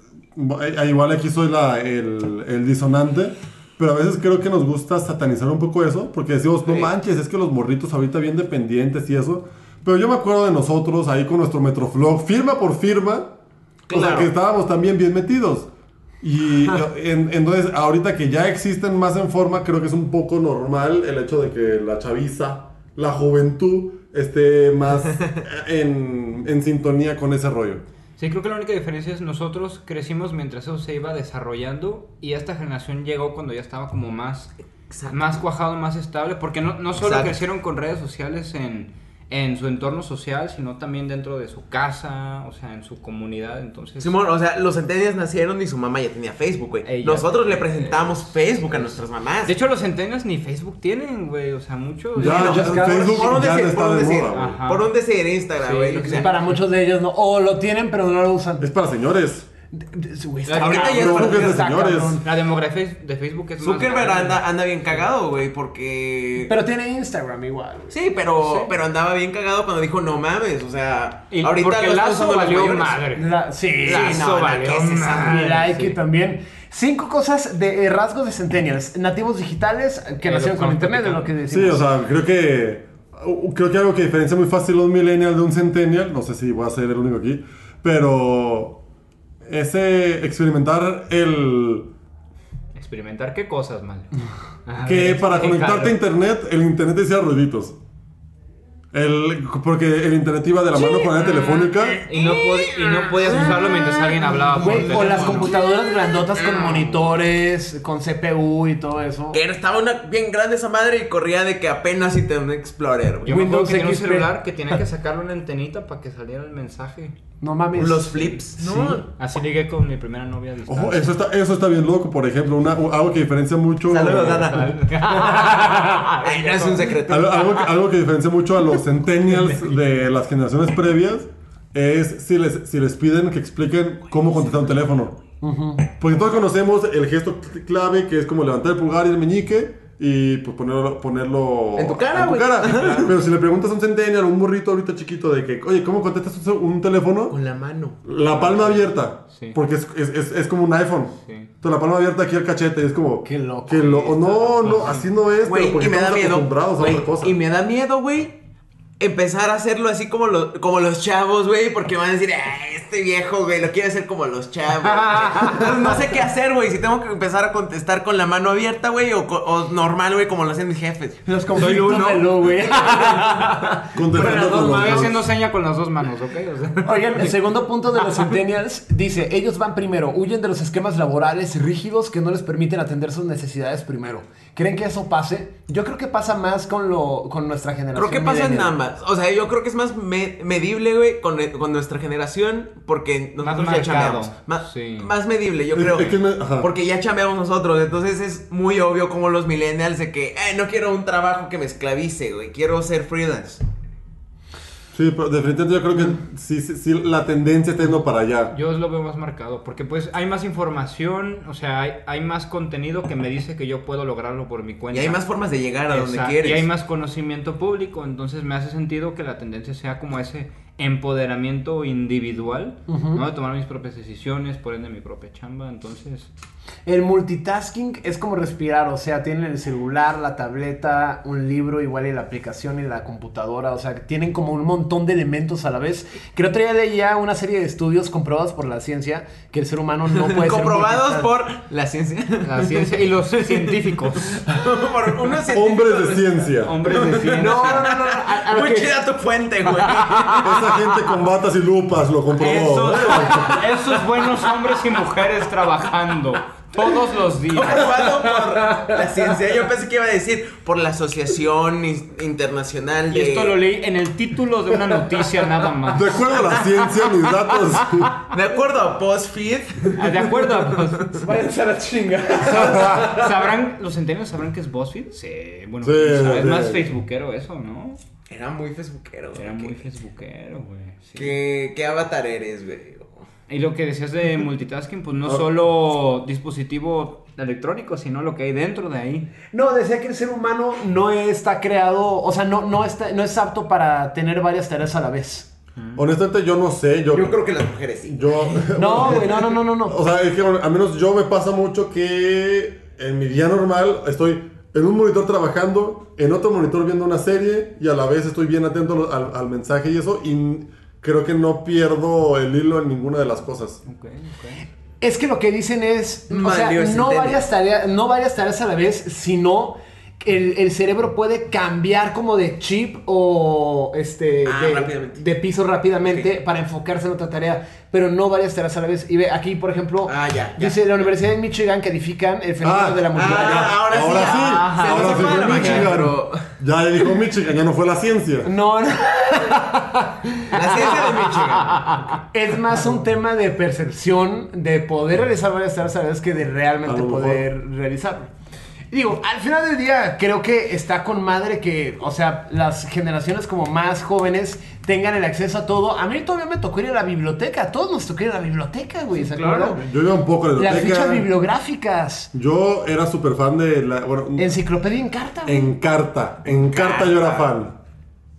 [SPEAKER 1] eh, igual aquí soy la, el, el disonante, pero a veces creo que nos gusta satanizar un poco eso, porque decimos, no
[SPEAKER 2] Sí.
[SPEAKER 1] manches, es que los morritos ahorita bien dependientes y eso. Pero yo me acuerdo de nosotros ahí con nuestro Metroflog, firma por firma, o sea
[SPEAKER 2] Claro.
[SPEAKER 1] que estábamos también bien metidos. Y en- entonces, ahorita que ya existen más en forma, creo que es un poco normal el hecho de que la chaviza, la juventud, esté más en, en sintonía con ese rollo.
[SPEAKER 3] Sí, creo que la única diferencia es nosotros crecimos mientras eso se iba desarrollando y esta generación llegó cuando ya estaba como más,
[SPEAKER 2] Exacto.
[SPEAKER 3] más cuajado, más estable, porque no, no solo
[SPEAKER 2] Exacto.
[SPEAKER 3] crecieron con redes sociales en, en su entorno social, sino también dentro de su casa, o sea, en su comunidad, entonces...
[SPEAKER 2] Simón, o sea, los centenias nacieron y su mamá ya tenía Facebook, güey.
[SPEAKER 3] Ella-
[SPEAKER 2] Nosotros le presentamos Facebook a nuestras mamás.
[SPEAKER 3] de hecho, los centenios ni Facebook tienen, güey, o sea, muchos...
[SPEAKER 1] Ya,
[SPEAKER 2] Bueno,
[SPEAKER 1] ya,
[SPEAKER 2] es que ahora-
[SPEAKER 1] Facebook
[SPEAKER 2] por un
[SPEAKER 1] ya
[SPEAKER 2] decir,
[SPEAKER 1] está
[SPEAKER 2] por un
[SPEAKER 1] de
[SPEAKER 2] decir,
[SPEAKER 1] moda,
[SPEAKER 3] güey.
[SPEAKER 2] Por un decir Instagram,
[SPEAKER 3] Sí,
[SPEAKER 2] güey. lo que
[SPEAKER 3] sí,
[SPEAKER 2] sea.
[SPEAKER 4] Para muchos de ellos no, o lo tienen, pero no lo usan.
[SPEAKER 1] Es para señores.
[SPEAKER 2] Ahorita ya
[SPEAKER 1] Pero
[SPEAKER 2] está-
[SPEAKER 1] creo que es de
[SPEAKER 4] está
[SPEAKER 1] señores.
[SPEAKER 4] cabrón.
[SPEAKER 3] La demografía de Facebook es más
[SPEAKER 2] Zuckerberg
[SPEAKER 3] grande.
[SPEAKER 2] anda, anda bien cagado, güey, porque...
[SPEAKER 4] Pero tiene Instagram igual. güey.
[SPEAKER 2] sí, pero,
[SPEAKER 3] Sí.
[SPEAKER 2] pero andaba bien cagado cuando dijo, no mames, o sea...
[SPEAKER 3] Y
[SPEAKER 2] ahorita
[SPEAKER 3] porque
[SPEAKER 2] lo están
[SPEAKER 3] Lazo
[SPEAKER 2] usando los
[SPEAKER 3] valió
[SPEAKER 2] mayores.
[SPEAKER 3] madre.
[SPEAKER 4] La- sí,
[SPEAKER 2] Lazo
[SPEAKER 4] no, no,
[SPEAKER 2] valió
[SPEAKER 4] ¿qué es esa
[SPEAKER 3] madre,
[SPEAKER 4] mierda? Hay
[SPEAKER 3] sí.
[SPEAKER 4] que también. Cinco cosas de eh, rasgos de centennials. Nativos digitales que
[SPEAKER 3] Eh, lo
[SPEAKER 4] nacieron con
[SPEAKER 3] estamos
[SPEAKER 4] internet, de lo que
[SPEAKER 3] platicando.
[SPEAKER 4] decimos.
[SPEAKER 1] Sí, o sea, creo que uh, creo que algo que diferencia muy fácil un millennial de un centennial, no sé si voy a ser el único aquí, pero ese experimentar el
[SPEAKER 3] Experimentar qué cosas, mal. Ah,
[SPEAKER 1] que para conectarte a internet, el internet decía ruiditos. El, porque el internet iba de la mano con la telefónica.
[SPEAKER 3] Y no, pod- y no podías usarlo mientras alguien hablaba por
[SPEAKER 4] Güey, o las
[SPEAKER 3] teléfono.
[SPEAKER 4] computadoras grandotas con monitores, con CPU y todo eso.
[SPEAKER 2] Que estaba una, bien grande esa madre y corría de que apenas Internet Explorer, güey.
[SPEAKER 3] Yo me acuerdo
[SPEAKER 4] Windows
[SPEAKER 3] que tenía un
[SPEAKER 4] XP.
[SPEAKER 3] celular que tenía que sacarle una antenita para que saliera el mensaje.
[SPEAKER 4] No mames.
[SPEAKER 2] Los flips, ¿no?
[SPEAKER 3] Así ligué con mi primera novia a distancia.
[SPEAKER 1] Ojo, eso está, eso está bien loco, por ejemplo, una, algo que diferencia mucho. eh,
[SPEAKER 2] Saludos, Dana. Ay, no es un secreto.
[SPEAKER 1] Algo, algo que, algo que diferencia mucho a los centennials de las generaciones previas es si les, si les piden que expliquen cómo contestar un teléfono. Porque todos conocemos el gesto cl- clave que es como levantar el pulgar y el meñique y pues ponerlo, ponerlo
[SPEAKER 2] En tu cara, güey.
[SPEAKER 1] cara. Pero si le preguntas a un centennial, un burrito ahorita chiquito de que, oye, ¿cómo contestas un- un teléfono?
[SPEAKER 2] Con la mano.
[SPEAKER 1] La palma abierta.
[SPEAKER 3] Sí.
[SPEAKER 1] Porque es, es- es- es como un iPhone.
[SPEAKER 3] Sí.
[SPEAKER 1] Entonces la palma abierta aquí al cachete. Es como.
[SPEAKER 4] Qué loco.
[SPEAKER 1] que lo- o no, no, así no es.
[SPEAKER 2] Güey,
[SPEAKER 1] pero porque
[SPEAKER 2] y me da
[SPEAKER 1] estamos
[SPEAKER 2] miedo.
[SPEAKER 1] acostumbrados
[SPEAKER 2] güey,
[SPEAKER 1] a otra cosa.
[SPEAKER 2] Y me da miedo, güey. Empezar a hacerlo así como, lo- como los chavos, güey, porque van a decir, "Ay, este viejo, güey, lo quiere hacer como los chavos. Entonces, no sé qué hacer, güey, si tengo que empezar a contestar con la mano abierta, güey, o, co- o normal, güey, como lo hacen mis jefes.
[SPEAKER 4] Los conflictos de Lu, güey.
[SPEAKER 1] Contestando
[SPEAKER 3] Las
[SPEAKER 1] con
[SPEAKER 3] dos
[SPEAKER 1] los
[SPEAKER 3] manos.
[SPEAKER 1] dedos.
[SPEAKER 3] haciendo seña con las dos manos, ¿ok? O sea,
[SPEAKER 4] Oigan, el segundo punto de los centennials dice, ellos van primero, huyen de los esquemas laborales rígidos que no les permiten atender sus necesidades primero. ¿Creen que eso pase? Yo creo que pasa más con lo con nuestra generación.
[SPEAKER 2] Creo que pasa en
[SPEAKER 4] millennial.
[SPEAKER 2] ambas. O sea, yo creo que es más me- medible, güey, con, con nuestra generación, porque nosotros ya
[SPEAKER 3] marcado,
[SPEAKER 2] chameamos. Más,
[SPEAKER 3] sí.
[SPEAKER 2] más medible, yo
[SPEAKER 1] Es-
[SPEAKER 2] creo.
[SPEAKER 1] es que me- ajá.
[SPEAKER 2] porque ya chameamos nosotros. Entonces es muy obvio como los millennials de que, "Eh, no quiero un trabajo que me esclavice, güey. Quiero ser freelance.
[SPEAKER 1] Sí, pero definitivamente yo creo que sí, sí, sí, la tendencia está yendo para allá.
[SPEAKER 3] yo lo veo más marcado, porque pues hay más información, o sea, hay, hay más contenido que me dice que yo puedo lograrlo por mi
[SPEAKER 2] Y
[SPEAKER 3] cuenta.
[SPEAKER 2] hay más formas de llegar a donde
[SPEAKER 3] Exacto,
[SPEAKER 2] quieres.
[SPEAKER 3] Y hay más conocimiento público, entonces me hace sentido que la tendencia sea como ese empoderamiento individual, ¿no? De tomar mis propias decisiones, por ende mi propia chamba, entonces...
[SPEAKER 4] El multitasking es como respirar, o sea, tienen el celular, la tableta, un libro, igual y la aplicación y la computadora, o sea, que tienen como un montón de elementos a la vez. Que el otro día leía una serie de estudios comprobados por la ciencia que el ser humano no puede ser
[SPEAKER 2] Comprobados
[SPEAKER 4] multitasking.
[SPEAKER 2] por la ciencia.
[SPEAKER 3] La ciencia y los científicos.
[SPEAKER 2] por
[SPEAKER 1] Hombres
[SPEAKER 2] unos
[SPEAKER 1] de
[SPEAKER 2] científicos.
[SPEAKER 1] ciencia.
[SPEAKER 3] Hombres de ciencia.
[SPEAKER 4] No, no, no, no. a- a lo
[SPEAKER 2] Muy
[SPEAKER 4] que-
[SPEAKER 2] chida tu fuente, güey.
[SPEAKER 1] Esa gente con batas y lupas lo comprobó.
[SPEAKER 3] Esos, Oh. esos buenos hombres y mujeres trabajando todos los días.
[SPEAKER 2] Comprobado por la ciencia. Yo pensé que iba a decir por la Asociación Is- Internacional
[SPEAKER 3] Y
[SPEAKER 2] de.
[SPEAKER 3] esto lo leí en el título de una noticia nada más.
[SPEAKER 1] De acuerdo a la ciencia, mis datos.
[SPEAKER 2] De acuerdo a PostFeed.
[SPEAKER 3] Ah, De acuerdo, pues,
[SPEAKER 4] Váyanse a la chinga.
[SPEAKER 3] ¿Sabrán, los centenios sabrán que es BuzzFeed? Sí, bueno, pues,
[SPEAKER 1] Sí,
[SPEAKER 3] es
[SPEAKER 1] sí.
[SPEAKER 3] más facebookero eso, ¿no?
[SPEAKER 2] Era muy facebookero. güey.
[SPEAKER 3] Era
[SPEAKER 2] ¿Qué-
[SPEAKER 3] muy facebookero, güey. sí.
[SPEAKER 2] ¿Qué, qué avatar eres, güey?
[SPEAKER 3] Y lo que decías de multitasking, pues no
[SPEAKER 1] Ah.
[SPEAKER 3] solo dispositivo electrónico, sino lo que hay dentro de ahí.
[SPEAKER 4] No, decía que el ser humano no está creado, o sea, no, no, está, no es apto para tener varias tareas a la vez.
[SPEAKER 1] Honestamente, yo no sé. Yo.
[SPEAKER 2] Yo creo que las mujeres sí.
[SPEAKER 1] yo
[SPEAKER 4] No, güey, no, no, no, no, no.
[SPEAKER 1] O sea, es que bueno, al menos yo me pasa mucho que en mi día normal estoy en un monitor trabajando, en otro monitor viendo una serie y a la vez estoy bien atento lo- al, al mensaje y eso. Y n- creo que no pierdo el hilo en ninguna de las cosas.
[SPEAKER 3] Ok, ok.
[SPEAKER 4] Es que lo que dicen es, o sea,
[SPEAKER 2] Maldios
[SPEAKER 4] no
[SPEAKER 2] centenios.
[SPEAKER 4] varias, tareas, no varias tareas a la vez, sino el, el cerebro puede cambiar como de chip o este
[SPEAKER 2] Ah,
[SPEAKER 4] de,
[SPEAKER 2] rápidamente.
[SPEAKER 4] de piso rápidamente
[SPEAKER 2] Ok.
[SPEAKER 4] para enfocarse en otra tarea, pero no varias tareas a la vez. Y ve, aquí, por ejemplo,
[SPEAKER 2] Ah, ya, ya.
[SPEAKER 4] dice la Universidad de Michigan que edifican el fenómeno
[SPEAKER 1] Ah,
[SPEAKER 4] de la multiplicación.
[SPEAKER 2] Ah, ahora sí,
[SPEAKER 1] Ahora
[SPEAKER 2] ya.
[SPEAKER 1] sí.
[SPEAKER 2] Ajá.
[SPEAKER 1] ahora
[SPEAKER 2] Se
[SPEAKER 1] sí
[SPEAKER 2] nos
[SPEAKER 1] fue
[SPEAKER 2] fue la
[SPEAKER 1] Michigan.
[SPEAKER 2] mañana,
[SPEAKER 1] Ya le dijo Michigan, ya no fue la ciencia.
[SPEAKER 4] No, no.
[SPEAKER 2] La ciencia de Michigan.
[SPEAKER 4] Es más un tema de percepción, de poder realizar varias tareas a la vez que de
[SPEAKER 1] A
[SPEAKER 4] realmente
[SPEAKER 1] lo mejor.
[SPEAKER 4] poder realizarlo. Y Digo, al final del día creo que está con madre que, o sea, las generaciones como más jóvenes tengan el acceso a todo. A mí todavía me tocó ir a la biblioteca, a todos nos tocó ir a la biblioteca, güey, ¿se
[SPEAKER 3] Claro.
[SPEAKER 4] acuerdan?
[SPEAKER 1] Yo iba un poco a la
[SPEAKER 4] Las fichas
[SPEAKER 1] biblioteca.
[SPEAKER 4] bibliográficas,
[SPEAKER 1] Yo era súper fan de la. Bueno,
[SPEAKER 4] enciclopedia en carta, güey.
[SPEAKER 1] en carta. En carta yo era fan.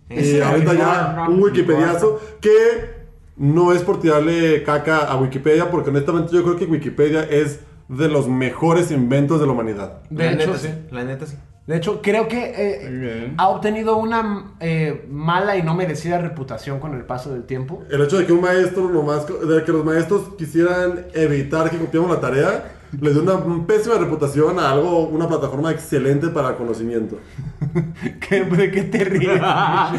[SPEAKER 1] Y
[SPEAKER 4] Ese
[SPEAKER 1] Eh, ahorita
[SPEAKER 3] era
[SPEAKER 1] ya
[SPEAKER 3] mi
[SPEAKER 1] un
[SPEAKER 3] fan,
[SPEAKER 1] Wikipediazo que no es por tirarle caca a Wikipedia, porque honestamente yo creo que Wikipedia es de los mejores inventos de la humanidad.
[SPEAKER 4] De
[SPEAKER 2] la
[SPEAKER 4] hecho,
[SPEAKER 2] neta,
[SPEAKER 4] sí.
[SPEAKER 2] La neta sí.
[SPEAKER 4] De hecho, creo que eh,
[SPEAKER 3] Muy bien.
[SPEAKER 4] ha obtenido una eh, mala y no merecida reputación con el paso del tiempo.
[SPEAKER 1] El hecho de que un maestro nomás, de que los maestros quisieran evitar que copiamos la tarea, le dio una pésima reputación a algo, una plataforma excelente para el conocimiento.
[SPEAKER 4] ¿Qué- ¿Pues ¿De qué te ríes?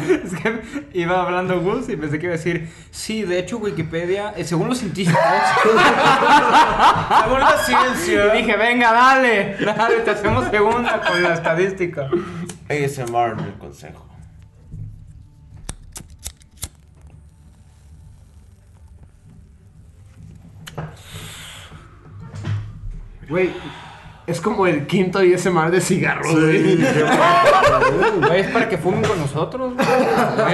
[SPEAKER 3] es que iba hablando Gus y pensé que iba a decir, sí, de hecho Wikipedia, eh, según los científicos,
[SPEAKER 2] Según la ciencia.
[SPEAKER 3] dije, venga, dale, dale, te hacemos segunda con la estadística.
[SPEAKER 2] ASMR del consejo.
[SPEAKER 4] Güey, es como el quinto ISMR de cigarros,
[SPEAKER 1] Sí,
[SPEAKER 4] güey.
[SPEAKER 1] qué mal.
[SPEAKER 3] Güey, es para que fumen con nosotros, güey.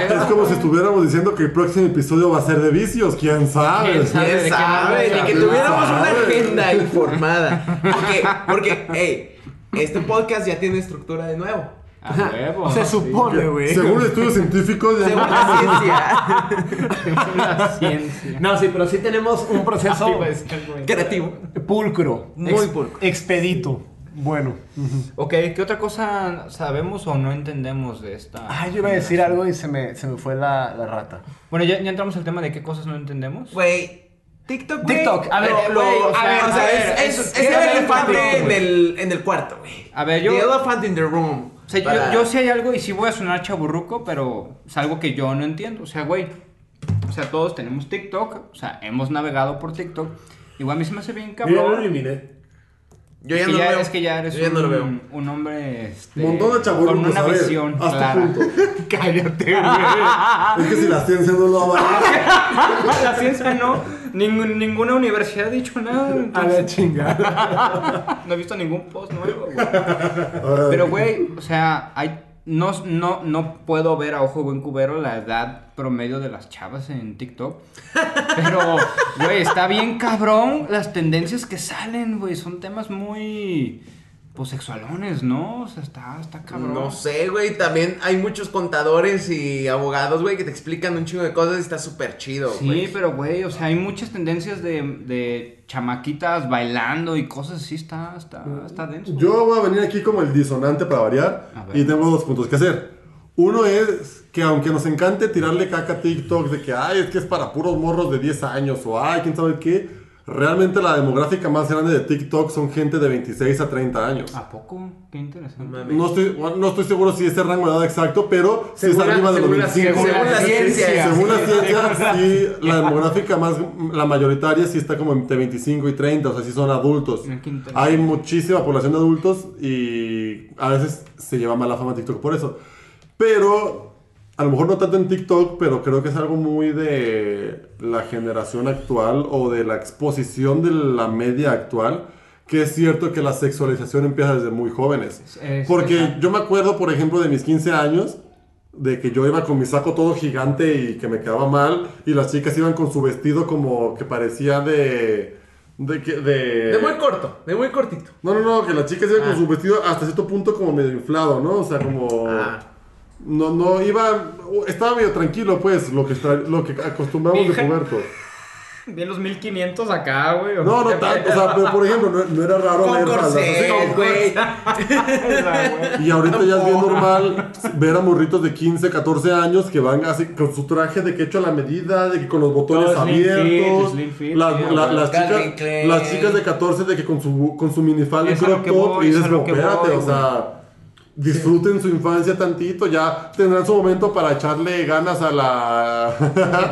[SPEAKER 1] es como si estuviéramos diciendo que el próximo episodio va a ser de vicios, quién sabe.
[SPEAKER 3] ¿Quién sabe?
[SPEAKER 2] ¿Quién
[SPEAKER 3] de qué
[SPEAKER 2] sabe?
[SPEAKER 3] vamos a
[SPEAKER 2] Ni que
[SPEAKER 1] hablar.
[SPEAKER 2] tuviéramos una
[SPEAKER 1] ¿Sabe?
[SPEAKER 2] agenda informada. Porque, porque, hey, este podcast ya tiene estructura de nuevo.
[SPEAKER 3] A huevo.
[SPEAKER 4] Se
[SPEAKER 3] sí.
[SPEAKER 4] supone, güey.
[SPEAKER 1] Según estudios científicos, ya
[SPEAKER 2] Según
[SPEAKER 1] no-
[SPEAKER 2] la ciencia.
[SPEAKER 3] Según la ciencia.
[SPEAKER 4] No, sí, pero sí tenemos un proceso
[SPEAKER 3] Ay, pues, qué güey.
[SPEAKER 2] Creativo.
[SPEAKER 4] pulcro.
[SPEAKER 2] Muy
[SPEAKER 4] ex-
[SPEAKER 2] pulcro.
[SPEAKER 4] Expedito. Bueno.
[SPEAKER 3] Ok, ¿qué otra cosa sabemos o no entendemos de esta?
[SPEAKER 4] Ay, Ah, yo iba a decir algo y se me, se me fue la, la rata.
[SPEAKER 3] Bueno, ya, ya entramos al tema de qué cosas no entendemos.
[SPEAKER 2] Güey. TikTok, güey.
[SPEAKER 4] TikTok, a ver,
[SPEAKER 2] Lo- lo-
[SPEAKER 4] güey,
[SPEAKER 2] o
[SPEAKER 4] a
[SPEAKER 2] sea,
[SPEAKER 4] ver,
[SPEAKER 2] o sea,
[SPEAKER 4] a
[SPEAKER 2] es-
[SPEAKER 3] ver,
[SPEAKER 2] es,
[SPEAKER 3] es-
[SPEAKER 2] es
[SPEAKER 3] quiero
[SPEAKER 2] el
[SPEAKER 3] ver
[SPEAKER 2] elefante
[SPEAKER 3] TikTok,
[SPEAKER 2] en
[SPEAKER 3] güey.
[SPEAKER 2] el, en el cuarto, güey.
[SPEAKER 3] A ver, yo-
[SPEAKER 2] The elephant in the room.
[SPEAKER 3] O sea, yo-
[SPEAKER 2] Para-
[SPEAKER 3] yo, sí hay algo y sí voy a sonar chaburruco, pero es algo que yo no entiendo. O sea, güey, o sea, todos tenemos TikTok, o sea, hemos navegado por TikTok. Igual a mí se me hace bien cabrón.
[SPEAKER 4] eliminé.
[SPEAKER 2] Yo
[SPEAKER 3] es,
[SPEAKER 2] ya
[SPEAKER 3] que
[SPEAKER 2] no lo
[SPEAKER 3] ya,
[SPEAKER 2] veo.
[SPEAKER 3] es que ya eres
[SPEAKER 2] Yo ya
[SPEAKER 3] un,
[SPEAKER 2] no lo veo.
[SPEAKER 3] un hombre este,
[SPEAKER 1] Montón de chaburrucos,
[SPEAKER 3] con una
[SPEAKER 1] a ver,
[SPEAKER 3] visión
[SPEAKER 1] haz tu
[SPEAKER 3] clara.
[SPEAKER 1] punto.
[SPEAKER 4] Cállate, güey.
[SPEAKER 1] Es que si la ciencia no lo avala,
[SPEAKER 3] La ciencia no, ningún- ninguna universidad ha dicho nada.
[SPEAKER 4] A la
[SPEAKER 3] entonces,
[SPEAKER 4] chingada.
[SPEAKER 3] no he visto ningún post nuevo. güey.
[SPEAKER 1] ahora-
[SPEAKER 3] Pero, güey, o sea, hay, no, no, no puedo ver a ojo buen cubero la edad promedio de las chavas en TikTok. Pero, güey, está bien cabrón las tendencias que salen, güey. Son temas muy... pues sexualones, ¿no? O sea, está, está cabrón.
[SPEAKER 2] No sé, güey. También hay muchos contadores y abogados, güey, que te explican un chingo de cosas y está súper chido,
[SPEAKER 3] Sí,
[SPEAKER 2] güey.
[SPEAKER 3] pero güey, o sea, hay muchas tendencias de, de chamaquitas bailando y cosas así, está, está, está denso.
[SPEAKER 1] Yo voy a venir aquí como el disonante para
[SPEAKER 3] A
[SPEAKER 1] variar
[SPEAKER 3] ver.
[SPEAKER 1] y tengo dos puntos que hacer. Uno es que aunque nos encante tirarle caca a TikTok de que, ay, es que es para puros morros de 10 años o, ay, quién sabe qué, realmente la demográfica más grande de TikTok son gente de 26 a 30 años.
[SPEAKER 3] ¿A poco? Qué interesante.
[SPEAKER 2] Mami.
[SPEAKER 1] No estoy, bueno, no estoy seguro si es el rango de edad exacto, pero si es
[SPEAKER 4] Según la-
[SPEAKER 1] arriba de los
[SPEAKER 4] según la
[SPEAKER 1] 25.
[SPEAKER 4] ciencia.
[SPEAKER 2] Según la ciencia.
[SPEAKER 1] Según la ciencia, sí, la demográfica más, la mayoritaria sí está como entre 25 y 30, o sea, sí son adultos.
[SPEAKER 3] Mira qué interesante.
[SPEAKER 1] Hay muchísima población de adultos y a veces se lleva mala fama TikTok por eso. Pero, a lo mejor no tanto en TikTok, pero creo que es algo muy de la generación actual o de la exposición de la media actual, que es cierto que la sexualización empieza desde muy jóvenes.
[SPEAKER 3] Es- es-
[SPEAKER 1] Porque
[SPEAKER 3] ajá.
[SPEAKER 1] yo me acuerdo, por ejemplo, de mis 15 años, de que yo iba con mi saco todo gigante y que me quedaba mal, y las chicas iban con su vestido como que parecía de... De, que- de,
[SPEAKER 2] De muy corto, de muy cortito.
[SPEAKER 1] No, no, no, que las chicas iban
[SPEAKER 2] Ah.
[SPEAKER 1] con su vestido hasta cierto punto como medio inflado, ¿no? O sea, como...
[SPEAKER 2] Ah.
[SPEAKER 1] No, no, iba... Estaba medio tranquilo, pues, lo que, tra- lo que acostumbramos de
[SPEAKER 3] Virgen.
[SPEAKER 1] Puberto.
[SPEAKER 3] De los 1500 acá, güey.
[SPEAKER 1] No, no tanto, o sea, pero por ejemplo, no, no era raro
[SPEAKER 2] Con
[SPEAKER 1] leer faldas, así como-
[SPEAKER 2] corset, güey.
[SPEAKER 1] Y ahorita ya es bien normal ver a morritos de 15, 14 años que van así con su traje de que hecho a la medida, de que con los botones
[SPEAKER 3] Todo slim fit,
[SPEAKER 1] abiertos.
[SPEAKER 3] slim fit,
[SPEAKER 1] las,
[SPEAKER 3] sí,
[SPEAKER 1] la-
[SPEAKER 3] güey.
[SPEAKER 1] las
[SPEAKER 2] Calvin
[SPEAKER 1] chicas,
[SPEAKER 2] Klein.
[SPEAKER 1] las chicas de 14 de que con su, con su minifalda y
[SPEAKER 3] Es a lo
[SPEAKER 1] crop
[SPEAKER 3] que
[SPEAKER 1] top
[SPEAKER 3] voy,
[SPEAKER 1] y
[SPEAKER 3] es
[SPEAKER 1] dices,
[SPEAKER 3] a lo
[SPEAKER 1] "No,
[SPEAKER 3] que
[SPEAKER 1] espérate,
[SPEAKER 3] voy,
[SPEAKER 1] o sea, disfruten su infancia tantito, ya tendrán su momento para echarle ganas a la...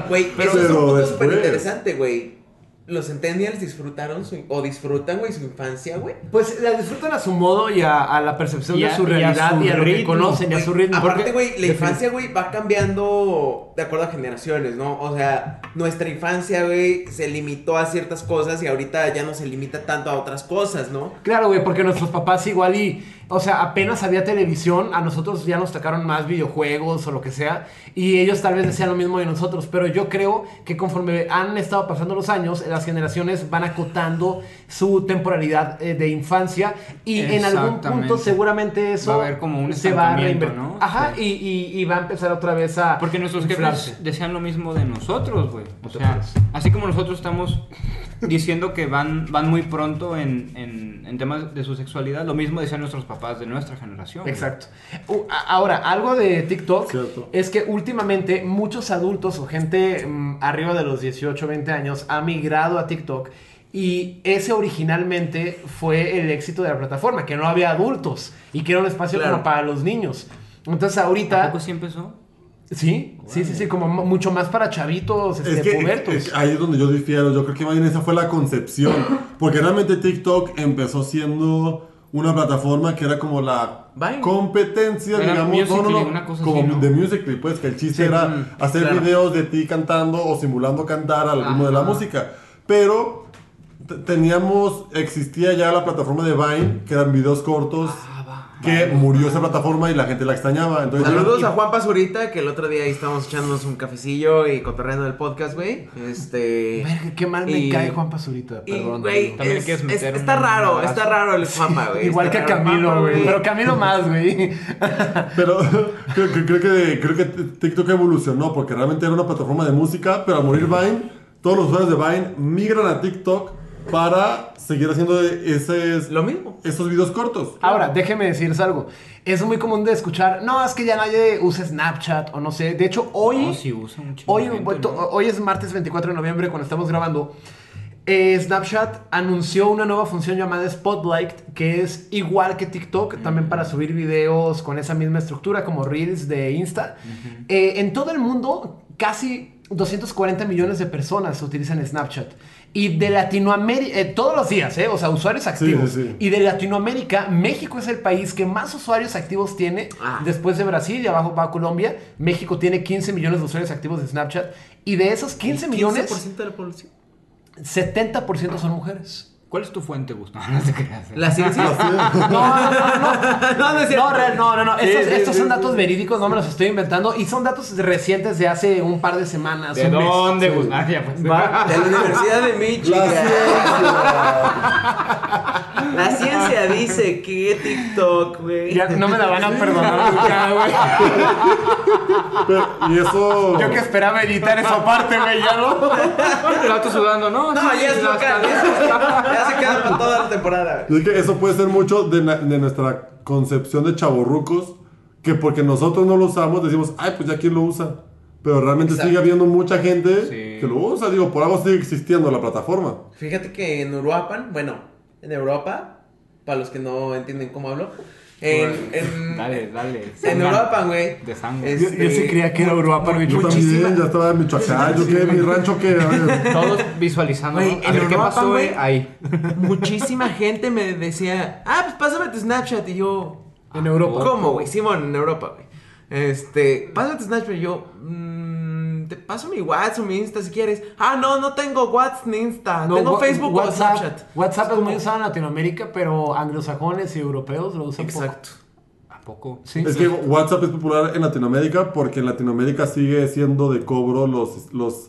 [SPEAKER 2] Güey, pero es un
[SPEAKER 1] Pero
[SPEAKER 2] punto
[SPEAKER 1] después.
[SPEAKER 2] súper interesante, güey. Los Centennials disfrutaron su, o disfrutan, güey, su infancia, güey.
[SPEAKER 4] Pues la disfrutan a su modo y a, a la percepción
[SPEAKER 3] Y
[SPEAKER 4] de
[SPEAKER 3] a-
[SPEAKER 4] su
[SPEAKER 3] y a
[SPEAKER 4] realidad
[SPEAKER 3] su
[SPEAKER 4] y a lo que
[SPEAKER 3] ritmo.
[SPEAKER 4] conocen y a
[SPEAKER 2] Güey,
[SPEAKER 4] su ritmo.
[SPEAKER 2] Aparte,
[SPEAKER 4] porque-
[SPEAKER 2] güey, la infancia, güey, va cambiando de acuerdo a generaciones, ¿no? O sea, nuestra infancia, güey, se limitó a ciertas cosas y ahorita ya no se limita tanto a otras cosas, ¿no?
[SPEAKER 4] Claro, güey, porque nuestros papás igual y, o sea, apenas había televisión, a nosotros ya nos tocaron más videojuegos o lo que sea, y ellos tal vez decían lo mismo de nosotros, pero yo creo que conforme han estado pasando los años, las generaciones van acotando su temporalidad eh, de infancia y en algún punto
[SPEAKER 3] Exactamente.
[SPEAKER 4] seguramente eso
[SPEAKER 3] haber como un
[SPEAKER 4] reinver-
[SPEAKER 3] estancamiento, ¿no?
[SPEAKER 4] Ajá,
[SPEAKER 3] Sí.
[SPEAKER 4] y, y- y va a empezar otra vez a...
[SPEAKER 3] Porque nuestros
[SPEAKER 4] inflarse.
[SPEAKER 3] jefes decían lo mismo de nosotros, güey. O
[SPEAKER 4] te
[SPEAKER 3] sea,
[SPEAKER 4] pases.
[SPEAKER 3] así como nosotros estamos diciendo que van, van muy pronto en, en- en temas de su sexualidad, lo mismo decían nuestros papás de nuestra generación. güey.
[SPEAKER 4] Exacto. U- a- ahora, algo de TikTok
[SPEAKER 1] Cierto.
[SPEAKER 4] es que últimamente muchos adultos o gente mm, arriba de los 18, 20 años ha migrado a TikTok y ese originalmente fue el éxito de la plataforma, que no había adultos y que era un espacio
[SPEAKER 2] Claro.
[SPEAKER 4] como para los niños. Entonces
[SPEAKER 3] ¿A
[SPEAKER 4] ahorita,
[SPEAKER 3] poco sí empezó?
[SPEAKER 4] sí, sí, sí, sí, como mu- mucho más para chavitos, este,
[SPEAKER 1] Es que
[SPEAKER 4] pubertos.
[SPEAKER 1] es- ah. ahí es donde yo difiero. Yo creo que más bien esa fue la concepción. Porque realmente TikTok empezó siendo una plataforma que era como la
[SPEAKER 2] Vale.
[SPEAKER 1] competencia,
[SPEAKER 3] Era
[SPEAKER 1] digamos,
[SPEAKER 3] Musical.ly,
[SPEAKER 1] no, no, no,
[SPEAKER 3] una cosa
[SPEAKER 1] como
[SPEAKER 3] así, ¿no?
[SPEAKER 1] de Musical.ly, pues que el chiste
[SPEAKER 3] Sí,
[SPEAKER 1] era
[SPEAKER 3] mm,
[SPEAKER 1] hacer
[SPEAKER 3] claro.
[SPEAKER 1] videos de ti cantando o simulando cantar al ritmo de la
[SPEAKER 3] Ajá.
[SPEAKER 1] música. Pero t- teníamos, existía ya la plataforma de Vine, que eran videos cortos.
[SPEAKER 3] Ah,
[SPEAKER 1] que murió esa plataforma y la gente la extrañaba. Entonces,
[SPEAKER 2] Saludos a Juan Pazurita, que el otro día ahí estábamos echándonos un cafecillo y cotorreando el podcast, güey. Este.
[SPEAKER 4] Verga, qué mal me
[SPEAKER 2] y-
[SPEAKER 4] cae Juan Pazurita,
[SPEAKER 2] Y,
[SPEAKER 4] perdón.
[SPEAKER 2] güey,
[SPEAKER 4] amigo.
[SPEAKER 3] También
[SPEAKER 2] es-
[SPEAKER 3] quieres
[SPEAKER 2] es-
[SPEAKER 3] meter
[SPEAKER 2] está
[SPEAKER 3] un
[SPEAKER 2] raro,
[SPEAKER 3] abrazo.
[SPEAKER 2] está raro el Juanpa, güey.
[SPEAKER 4] Igual que
[SPEAKER 2] Está
[SPEAKER 4] a
[SPEAKER 2] raro el
[SPEAKER 4] Camilo,
[SPEAKER 2] Juanpa,
[SPEAKER 4] güey. Pero Camilo más, güey.
[SPEAKER 1] Pero creo, creo- creo que, creo que TikTok evolucionó porque realmente era una plataforma de música, pero al morir Vine, todos los usuarios de Vine migran a TikTok para seguir haciendo esos,
[SPEAKER 2] Lo mismo.
[SPEAKER 1] esos videos cortos.
[SPEAKER 4] Ahora, déjeme decirles algo. Es muy común de escuchar, no, es que ya nadie usa Snapchat o no sé. De hecho, hoy,
[SPEAKER 3] No, Oh, sí usa un chingo
[SPEAKER 4] hoy,
[SPEAKER 3] de gente,
[SPEAKER 4] bueno,
[SPEAKER 3] ¿no?
[SPEAKER 4] hoy es martes 24 de noviembre cuando estamos grabando. Eh, Snapchat anunció una nueva función llamada Spotlight, que es igual que TikTok, también para subir videos con esa misma estructura como Reels de Insta. Eh, en todo el mundo, casi 240 millones de personas utilizan Snapchat. Y de Latinoamérica, eh, todos los días, ¿eh? O sea, usuarios activos.
[SPEAKER 1] sí, sí.
[SPEAKER 4] Y de Latinoamérica, México es el país que más usuarios activos tiene.
[SPEAKER 2] Ah.
[SPEAKER 4] Después de Brasil y abajo va Colombia. México tiene 15 millones de usuarios activos de Snapchat. Y de esos 15 millones,
[SPEAKER 2] 15% de la población.
[SPEAKER 4] 70% son mujeres.
[SPEAKER 3] ¿Cuál es tu fuente, Gustavo? No te creas. eh.
[SPEAKER 2] La ciencia.
[SPEAKER 4] No, no, no, no.
[SPEAKER 2] no, no es cierto.
[SPEAKER 4] No, real, no, no, no.
[SPEAKER 1] Sí,
[SPEAKER 4] Estos,
[SPEAKER 1] sí,
[SPEAKER 4] estos
[SPEAKER 1] sí,
[SPEAKER 4] son
[SPEAKER 1] sí.
[SPEAKER 4] datos verídicos, no me los estoy inventando. Y son datos recientes de hace un par de semanas.
[SPEAKER 3] ¿De
[SPEAKER 4] un mes.
[SPEAKER 3] dónde, Gustavo? Ah, ya, pues.
[SPEAKER 4] Va.
[SPEAKER 2] De la Universidad de Michigan.
[SPEAKER 1] La ciencia.
[SPEAKER 2] La ciencia dice que TikTok, güey.
[SPEAKER 4] Ya no me la van a perdonar nunca, güey.
[SPEAKER 1] Pero- y eso.
[SPEAKER 4] Yo que esperaba editar esa parte, güey, ya no.
[SPEAKER 3] El vato sudando, ¿no?
[SPEAKER 2] No,
[SPEAKER 3] sí,
[SPEAKER 2] ya es
[SPEAKER 3] las
[SPEAKER 2] local.
[SPEAKER 3] tabletas.
[SPEAKER 2] Ya se queda para toda la temporada, güey.
[SPEAKER 1] Y es que eso puede ser mucho de, na- de nuestra concepción de chavorrucos, que porque nosotros no lo usamos, decimos, ay, pues ya quién lo usa. Pero realmente
[SPEAKER 2] Exacto.
[SPEAKER 1] sigue habiendo mucha gente
[SPEAKER 3] Sí.
[SPEAKER 1] que lo usa, digo, por algo sigue existiendo la plataforma.
[SPEAKER 2] Fíjate que en Uruapan, bueno, en Europa, para los que no entienden cómo hablo, en, en,
[SPEAKER 3] Dale, dale.
[SPEAKER 2] en
[SPEAKER 3] sangra.
[SPEAKER 2] Uruapan, güey. este,
[SPEAKER 3] De sangre.
[SPEAKER 4] Yo, yo sí creía que era Uruapan, güey.
[SPEAKER 1] Yo
[SPEAKER 4] Muchísima-
[SPEAKER 1] también, ya estaba en Michoacán, yo que mi rancho que... a ver.
[SPEAKER 3] Todos visualizando.
[SPEAKER 2] Güey,
[SPEAKER 3] ¿no?
[SPEAKER 2] en
[SPEAKER 3] A ver qué
[SPEAKER 2] Europa,
[SPEAKER 3] pasó,
[SPEAKER 2] güey.
[SPEAKER 4] eh,
[SPEAKER 3] güey. Ahí.
[SPEAKER 2] Muchísima gente me decía, ah, pues pásame tu Snapchat. Y yo,
[SPEAKER 4] En Europa.
[SPEAKER 2] ¿Cómo, güey? Simón, en Europa, güey. Este, pásame tu Snapchat. Y yo, "Mm, te paso mi WhatsApp, mi Insta si quieres. Ah, no, no tengo WhatsApp ni Insta.
[SPEAKER 4] No,
[SPEAKER 2] tengo
[SPEAKER 4] wa-
[SPEAKER 2] Facebook o
[SPEAKER 4] WhatsApp,
[SPEAKER 2] Snapchat. Este-
[SPEAKER 4] WhatsApp es muy usado en Latinoamérica, pero anglosajones y europeos lo usan poco.
[SPEAKER 2] Exacto.
[SPEAKER 3] ¿A poco?
[SPEAKER 4] Sí.
[SPEAKER 1] Es que WhatsApp es popular en Latinoamérica porque en Latinoamérica sigue siendo de cobro los... los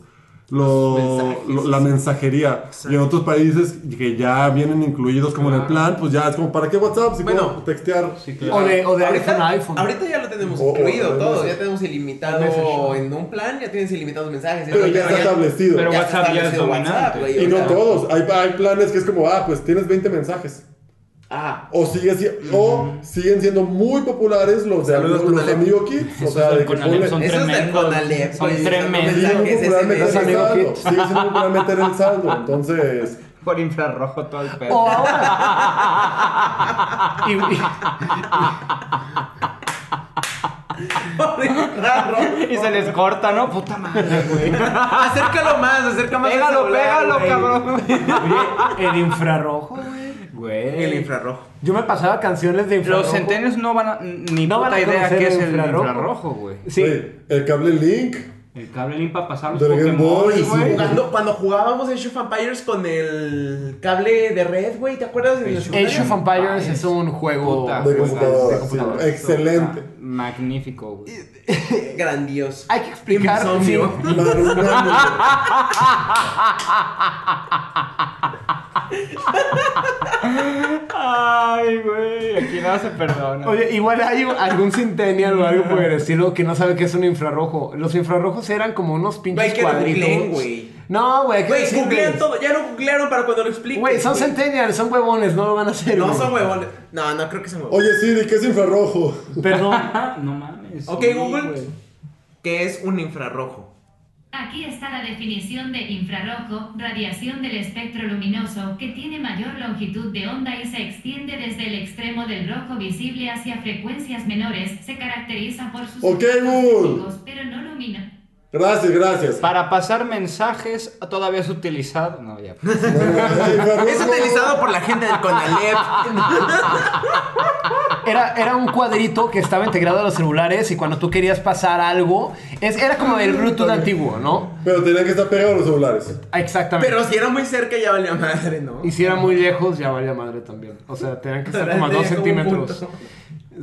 [SPEAKER 1] lo-
[SPEAKER 2] mensajes.
[SPEAKER 1] lo- la mensajería y en otros países que ya vienen incluidos como en el plan pues ya es como para qué WhatsApp si
[SPEAKER 2] Bueno.
[SPEAKER 1] puedo textear
[SPEAKER 3] Sí,
[SPEAKER 4] O
[SPEAKER 3] claro.
[SPEAKER 4] de, o de iPhone a
[SPEAKER 2] ahorita,
[SPEAKER 4] iPhone.
[SPEAKER 2] ahorita ya lo tenemos
[SPEAKER 1] O- o-
[SPEAKER 2] incluido
[SPEAKER 1] o-
[SPEAKER 2] todo.
[SPEAKER 1] o-
[SPEAKER 2] Ya tenemos ilimitado
[SPEAKER 4] Message.
[SPEAKER 2] en un plan, ya tienes ilimitados mensajes.
[SPEAKER 1] pero ya está establecido
[SPEAKER 3] Pero
[SPEAKER 2] ya
[SPEAKER 3] WhatsApp ya es
[SPEAKER 2] establecido
[SPEAKER 3] dominante.
[SPEAKER 2] güey,
[SPEAKER 1] Y no
[SPEAKER 2] ahorita.
[SPEAKER 1] todos. Hay, hay planes que es como, ah, pues tienes 20 mensajes.
[SPEAKER 2] Ah,
[SPEAKER 1] O, sigue, si- o siguen siendo muy populares los de amigos,
[SPEAKER 2] Saludos con
[SPEAKER 1] los
[SPEAKER 2] Alep.
[SPEAKER 1] amigo kids. O
[SPEAKER 3] Esos
[SPEAKER 1] sea,
[SPEAKER 3] son
[SPEAKER 1] de que
[SPEAKER 3] con Alep,
[SPEAKER 1] ponle-
[SPEAKER 3] son
[SPEAKER 1] Sí,
[SPEAKER 2] eso es de
[SPEAKER 3] tremendos.
[SPEAKER 2] Conalep.
[SPEAKER 3] Son
[SPEAKER 2] güey, esos
[SPEAKER 3] tremendos.
[SPEAKER 1] siguen
[SPEAKER 2] mensajes,
[SPEAKER 1] popularmente
[SPEAKER 2] SMS.
[SPEAKER 4] Los amigos
[SPEAKER 1] rezando,
[SPEAKER 4] kids.
[SPEAKER 1] Sigue siendo popularmente rezando. Entonces,
[SPEAKER 3] Por infrarrojo todo el pedo.
[SPEAKER 4] O ahora. Y- y-
[SPEAKER 3] Y se les corta, ¿no? Puta madre, güey.
[SPEAKER 2] Acércalo más, acércalo más.
[SPEAKER 3] Pégalo, pégalo, cabrón.
[SPEAKER 4] Oye, el infrarrojo, güey.
[SPEAKER 3] Güey.
[SPEAKER 2] El infrarrojo.
[SPEAKER 4] Yo me pasaba canciones de infrarrojo.
[SPEAKER 3] Los centenios no van a. Ni
[SPEAKER 4] No
[SPEAKER 3] puta
[SPEAKER 4] van a
[SPEAKER 3] idea
[SPEAKER 4] conocer
[SPEAKER 3] qué es
[SPEAKER 4] el
[SPEAKER 3] el
[SPEAKER 4] infrarrojo.
[SPEAKER 3] infrarrojo, güey.
[SPEAKER 4] Sí.
[SPEAKER 1] oye, el cable Link.
[SPEAKER 3] El cable limpa para pasar los
[SPEAKER 1] Del Game
[SPEAKER 3] Pokémon,
[SPEAKER 1] Boy,
[SPEAKER 3] güey.
[SPEAKER 1] sí.
[SPEAKER 2] Cuando, cuando jugábamos Age of Empires con el cable de red, güey, ¿te acuerdas de la
[SPEAKER 4] Age of
[SPEAKER 2] secundaria?
[SPEAKER 4] Empires es un juego.
[SPEAKER 3] Puta,
[SPEAKER 1] De
[SPEAKER 3] güey,
[SPEAKER 1] computadora,
[SPEAKER 3] de computadora.
[SPEAKER 1] sí. Excelente.
[SPEAKER 3] Puta, Ah, Magnífico, güey.
[SPEAKER 2] Grandioso.
[SPEAKER 4] Hay que explicar.
[SPEAKER 2] Insomnio.
[SPEAKER 4] sí.
[SPEAKER 1] Marunando.
[SPEAKER 3] Ay, güey. Aquí nada se perdona.
[SPEAKER 4] Oye, igual hay algún centennial o algo por el estilo que no sabe qué es un infrarrojo. Los infrarrojos eran como unos pinches
[SPEAKER 2] Güey, que lo
[SPEAKER 4] cuadritos.
[SPEAKER 2] googleen, güey.
[SPEAKER 4] No, güey, hay que
[SPEAKER 2] Güey,
[SPEAKER 4] decirles.
[SPEAKER 2] googlean todo, ya lo googlearon para cuando lo expliquen.
[SPEAKER 4] Güey, son centennials, son huevones, no lo van a hacer.
[SPEAKER 2] No
[SPEAKER 4] güey.
[SPEAKER 2] son huevones. No, no creo que sean huevones.
[SPEAKER 1] Oye, Siri, ¿qué es infrarrojo?
[SPEAKER 4] Perdón.
[SPEAKER 3] no mames.
[SPEAKER 2] Ok,
[SPEAKER 3] sí,
[SPEAKER 2] Google,
[SPEAKER 3] güey.
[SPEAKER 2] que es un infrarrojo.
[SPEAKER 6] Aquí está la definición de infrarrojo, radiación del espectro luminoso, que tiene mayor longitud de onda y se extiende desde el extremo del rojo visible hacia frecuencias menores. Se caracteriza por sus
[SPEAKER 1] Ok,
[SPEAKER 6] efectos
[SPEAKER 1] Google.
[SPEAKER 6] físicos, pero no lumina.
[SPEAKER 1] Gracias, gracias.
[SPEAKER 3] Para pasar mensajes, todavía es utilizado. No, ya.
[SPEAKER 1] Infrarrojo.
[SPEAKER 2] Es utilizado por la gente del Conalep.
[SPEAKER 4] Ah, Era, era un cuadrito que estaba integrado a los celulares y cuando tú querías pasar algo, es, era como el Bluetooth antiguo, ¿no? Ah,
[SPEAKER 1] Pero tenían que estar pegados los celulares.
[SPEAKER 4] Exactamente.
[SPEAKER 2] Pero si era muy cerca ya valía madre, ¿no?
[SPEAKER 4] Y si era muy lejos, ya valía madre también. O sea, tenían que estar como a
[SPEAKER 2] Tenía
[SPEAKER 4] dos
[SPEAKER 2] como un
[SPEAKER 4] centímetros.
[SPEAKER 2] punto.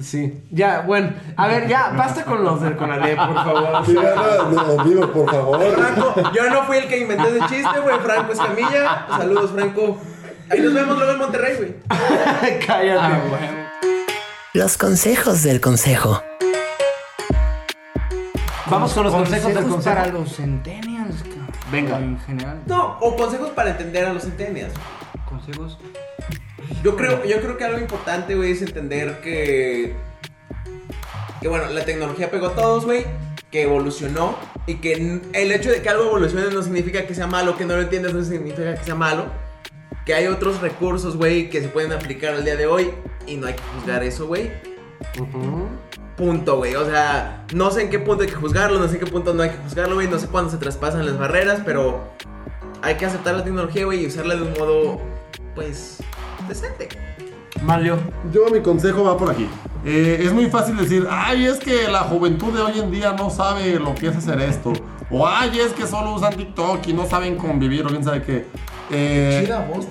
[SPEAKER 4] Sí. Ya, bueno. A ver, ya, basta con los del Conalep, por favor.
[SPEAKER 1] Diana, no, amigo, por favor.
[SPEAKER 2] Franco, yo no fui el que inventé ese chiste, güey. Franco Escamilla. Saludos, Franco. Ahí nos vemos luego en Monterrey, güey.
[SPEAKER 3] Ah,
[SPEAKER 2] Ah,
[SPEAKER 4] Cállate, güey.
[SPEAKER 5] Los consejos del consejo.
[SPEAKER 4] Vamos con los consejos del consejo.
[SPEAKER 3] para los centennials, cabrón.
[SPEAKER 4] Venga.
[SPEAKER 3] En general,
[SPEAKER 2] No, o consejos para entender a los centenias.
[SPEAKER 3] consejos.
[SPEAKER 2] Yo creo, yo creo que algo importante, güey, es entender que. Que bueno, la tecnología pegó a todos, güey. Que evolucionó. Y que n- el hecho de que algo evolucione no significa que sea malo. Que no lo entiendas no significa que sea malo. Que hay otros recursos, güey, que se pueden aplicar al día de hoy. Y no hay que juzgar eso, güey. Punto, güey. O sea, no sé en qué punto hay que juzgarlo, no sé en qué punto no hay que juzgarlo, güey. No sé cuándo se traspasan las barreras, pero hay que aceptar la tecnología, güey, y usarla de un modo, pues, decente.
[SPEAKER 4] Mario.
[SPEAKER 1] Yo mi consejo va por aquí. Eh, es muy fácil decir, ay, es que la juventud de hoy en día no sabe lo que es hacer esto. O ay, es que solo usan TikTok y no saben convivir o quién sabe qué. Eh,
[SPEAKER 2] voz,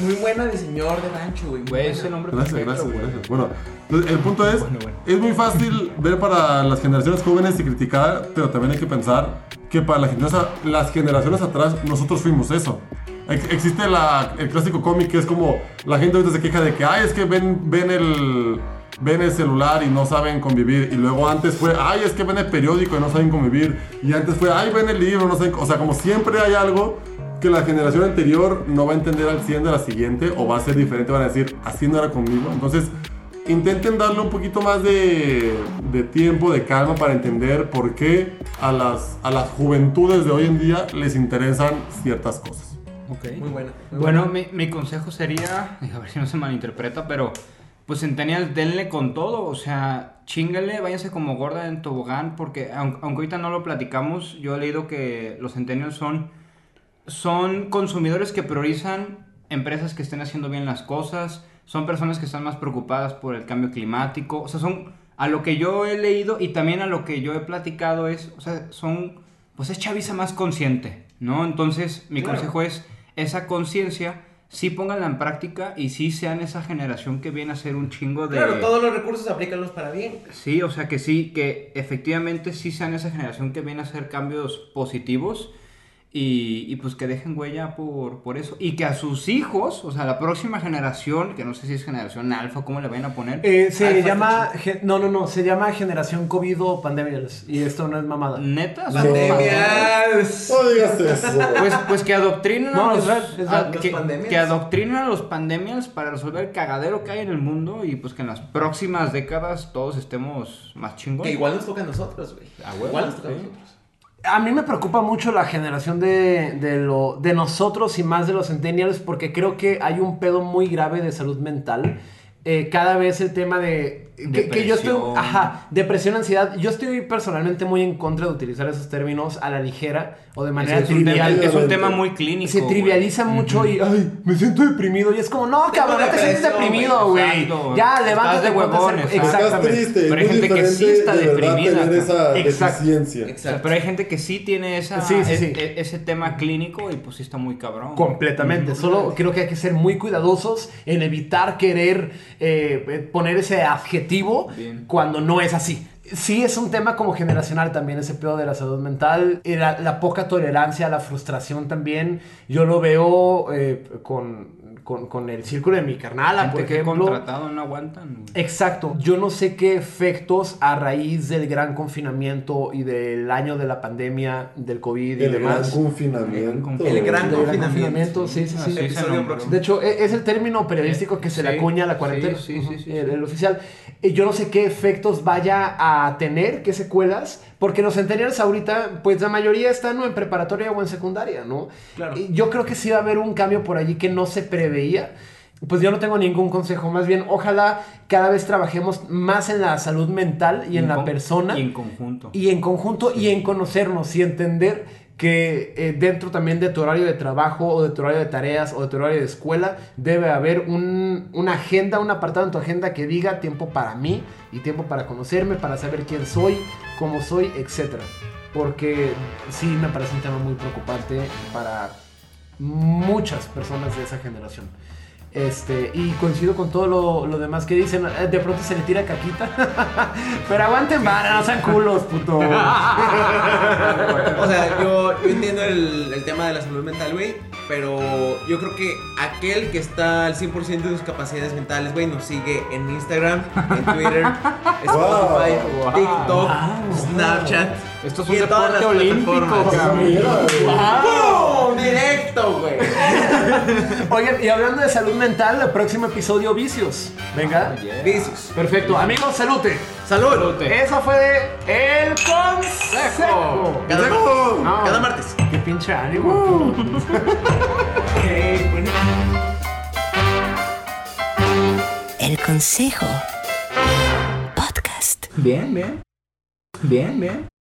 [SPEAKER 2] Muy buena de señor de rancho, güey.
[SPEAKER 3] Güey, ese nombre
[SPEAKER 1] Gracias,
[SPEAKER 3] perfecto,
[SPEAKER 1] gracias,
[SPEAKER 3] güey.
[SPEAKER 1] gracias. Bueno, entonces, el punto es,
[SPEAKER 3] Bueno, bueno.
[SPEAKER 1] es muy fácil ver para las generaciones jóvenes y criticar, pero también hay que pensar que para las generaciones, las generaciones atrás nosotros fuimos eso. Ex- Existe la- el clásico cómic que es como la gente ahorita se queja de que, ay, es que ven, ven el... Ven el celular y no saben convivir. Y luego antes fue, ay, es que ven el periódico y no saben convivir. Y antes fue, ay, ven el libro, no saben. O sea, como siempre hay algo que la generación anterior no va a entender al 100 de la siguiente o va a ser diferente, van a decir, así no era conmigo. Entonces, intenten darle un poquito más de, de tiempo, de calma para entender por qué a las, a las juventudes de hoy en día les interesan ciertas cosas.
[SPEAKER 3] Ok.
[SPEAKER 2] Muy buena. muy buena.
[SPEAKER 3] Bueno, mi, mi consejo sería, y a ver si no se malinterpreta, pero pues Centennials denle con todo, o sea, chingale, váyanse como gorda en tobogán, porque aun- aunque ahorita no lo platicamos, yo he leído que los Centennials son, son consumidores que priorizan empresas que estén haciendo bien las cosas, son personas que están más preocupadas por el cambio climático, o sea, son, a lo que yo he leído y también a lo que yo he platicado es, o sea, son, pues es chaviza más consciente, ¿no? Entonces, mi
[SPEAKER 2] Claro.
[SPEAKER 3] consejo pues esa conciencia sí pónganla en práctica y sí sean esa generación que viene a ser un chingo de...
[SPEAKER 2] Claro, todos los recursos aplícalos para bien.
[SPEAKER 3] Sí, o sea que sí, que efectivamente sí sean esa generación que viene a hacer cambios positivos y, y pues que dejen huella por, por eso. Y que a sus hijos, o sea, la próxima generación, que no sé si es generación alfa, ¿cómo le vayan a poner?
[SPEAKER 4] Eh, se
[SPEAKER 2] Alfa
[SPEAKER 4] llama. gen- No, no, no. Se llama Generación COVID o Pandemias. Y esto no es mamada.
[SPEAKER 3] ¿Neta?
[SPEAKER 2] Pandemias.
[SPEAKER 1] No digas eso.
[SPEAKER 3] Pues, pues que adoctrinen
[SPEAKER 4] No,
[SPEAKER 3] a los,
[SPEAKER 4] es verdad, es
[SPEAKER 3] a-
[SPEAKER 4] verdad,
[SPEAKER 2] los
[SPEAKER 3] que,
[SPEAKER 2] pandemias.
[SPEAKER 3] que adoctrinen a los pandemias para resolver el cagadero que hay en el mundo y pues que en las próximas décadas todos estemos más
[SPEAKER 2] Que
[SPEAKER 3] chingones.
[SPEAKER 2] igual nos toca a nosotros, güey.
[SPEAKER 3] A huevo,
[SPEAKER 2] Igual nos toca a
[SPEAKER 3] sí.
[SPEAKER 2] nosotros.
[SPEAKER 4] A mí me preocupa mucho la generación de, de, lo, de nosotros y más de los centennials porque creo que hay un pedo muy grave de salud mental. Eh, cada vez el tema de... Que, que yo estoy...
[SPEAKER 3] Depresión.
[SPEAKER 4] Ajá, depresión, ansiedad. Yo estoy personalmente muy en contra de utilizar esos términos a la ligera o de manera
[SPEAKER 3] es, un tema,
[SPEAKER 4] trivial.
[SPEAKER 3] es un
[SPEAKER 1] obviamente.
[SPEAKER 3] tema muy clínico.
[SPEAKER 4] se
[SPEAKER 3] güey.
[SPEAKER 4] trivializa mucho y ay, me siento deprimido y es como, no, cabrón, no te sientes
[SPEAKER 2] depresión,
[SPEAKER 4] deprimido,
[SPEAKER 3] güey,
[SPEAKER 4] güey.
[SPEAKER 3] exacto.
[SPEAKER 4] Ya,
[SPEAKER 3] Estás
[SPEAKER 4] levántate
[SPEAKER 3] de
[SPEAKER 4] ponte a
[SPEAKER 3] huevón,
[SPEAKER 4] hacer-
[SPEAKER 3] exacto.
[SPEAKER 4] Exactamente.
[SPEAKER 3] Pero hay
[SPEAKER 1] muy
[SPEAKER 3] gente que sí
[SPEAKER 1] diferente
[SPEAKER 3] está
[SPEAKER 1] de verdad
[SPEAKER 3] deprimida,
[SPEAKER 1] tener esa
[SPEAKER 3] cabrón.
[SPEAKER 4] Exacto.
[SPEAKER 1] deficiencia.
[SPEAKER 3] O sea,
[SPEAKER 2] Exacto.
[SPEAKER 3] pero hay gente que sí tiene esa,
[SPEAKER 4] Sí, sí,
[SPEAKER 3] e-
[SPEAKER 4] sí.
[SPEAKER 3] e- ese tema clínico y pues sí está muy cabrón.
[SPEAKER 4] Completamente. Solo creo que hay que ser muy cuidadosos en evitar querer eh, eh, poner ese adjetivo
[SPEAKER 3] Bien.
[SPEAKER 4] cuando no es así. Sí es un tema como generacional también ese pedo de la salud mental, y la, la poca tolerancia, a la frustración también. Yo lo veo eh, con, con- con el círculo de mi carnala,
[SPEAKER 3] Gente
[SPEAKER 4] por
[SPEAKER 3] que he
[SPEAKER 4] ejemplo.
[SPEAKER 3] contratado no aguantan. güey.
[SPEAKER 4] Exacto. Yo no sé qué efectos a raíz del gran confinamiento y del año de la pandemia, del COVID y
[SPEAKER 1] El gran
[SPEAKER 4] demás.
[SPEAKER 1] confinamiento.
[SPEAKER 2] El gran
[SPEAKER 4] Del
[SPEAKER 2] confinamiento.
[SPEAKER 4] sí, sí, sí.
[SPEAKER 3] Así
[SPEAKER 2] Episodio
[SPEAKER 3] se nombró.
[SPEAKER 2] próximo.
[SPEAKER 4] De hecho, e- es el término periodístico que se le
[SPEAKER 3] Sí,
[SPEAKER 4] acuña a la cuarentena,
[SPEAKER 3] sí, sí, sí,
[SPEAKER 4] Ujú,
[SPEAKER 3] sí,
[SPEAKER 4] el, el oficial. Y yo no sé qué efectos vaya a tener, qué secuelas, porque los centenarios ahorita, pues la mayoría están o en preparatoria o en secundaria, ¿no?
[SPEAKER 2] Claro.
[SPEAKER 4] Y yo creo que sí va a haber un cambio por allí que no se preveía. Pues yo no tengo ningún consejo, más bien ojalá cada vez trabajemos más en la salud mental y en la
[SPEAKER 3] con-
[SPEAKER 4] persona
[SPEAKER 3] Y en conjunto.
[SPEAKER 4] y en conjunto y en conocernos y entender que eh, dentro también de tu horario de trabajo o de tu horario de tareas o de tu horario de escuela debe haber un- una agenda, un apartado en tu agenda que diga tiempo para mí y tiempo para conocerme, para saber quién soy, cómo soy, etcétera. Porque sí me parece un tema muy preocupante para muchas personas de esa generación. Este, y coincido con todo lo, lo demás que dicen. Eh, De pronto se le tira caquita. Pero aguanten vara, no sean culos, puto.
[SPEAKER 2] O sea, yo, yo entiendo el, el tema de la salud mental, güey, pero yo creo que aquel que está al 100% de sus capacidades mentales, güey, nos sigue en Instagram, en Twitter, Spotify,
[SPEAKER 1] Wow.
[SPEAKER 2] TikTok,
[SPEAKER 4] Wow.
[SPEAKER 2] Snapchat.
[SPEAKER 3] Esto es un
[SPEAKER 2] y en todas
[SPEAKER 3] deporte
[SPEAKER 2] las
[SPEAKER 3] olímpico,
[SPEAKER 2] plataformas.
[SPEAKER 3] cabrón.
[SPEAKER 2] ¡Pum! ¡Directo, güey!
[SPEAKER 4] Oigan, y hablando de salud mental, el próximo episodio, vicios. Venga.
[SPEAKER 3] Yeah.
[SPEAKER 2] Vicios.
[SPEAKER 4] Perfecto, amigos, Ah, salute.
[SPEAKER 2] ¡Salud!
[SPEAKER 3] Salute.
[SPEAKER 4] Eso fue el consejo.
[SPEAKER 2] Cada,
[SPEAKER 1] ¡Consejo!
[SPEAKER 2] martes. Cada martes.
[SPEAKER 4] Qué pinche ánimo.
[SPEAKER 5] El consejo. Podcast.
[SPEAKER 3] Bien, bien. Bien, bien.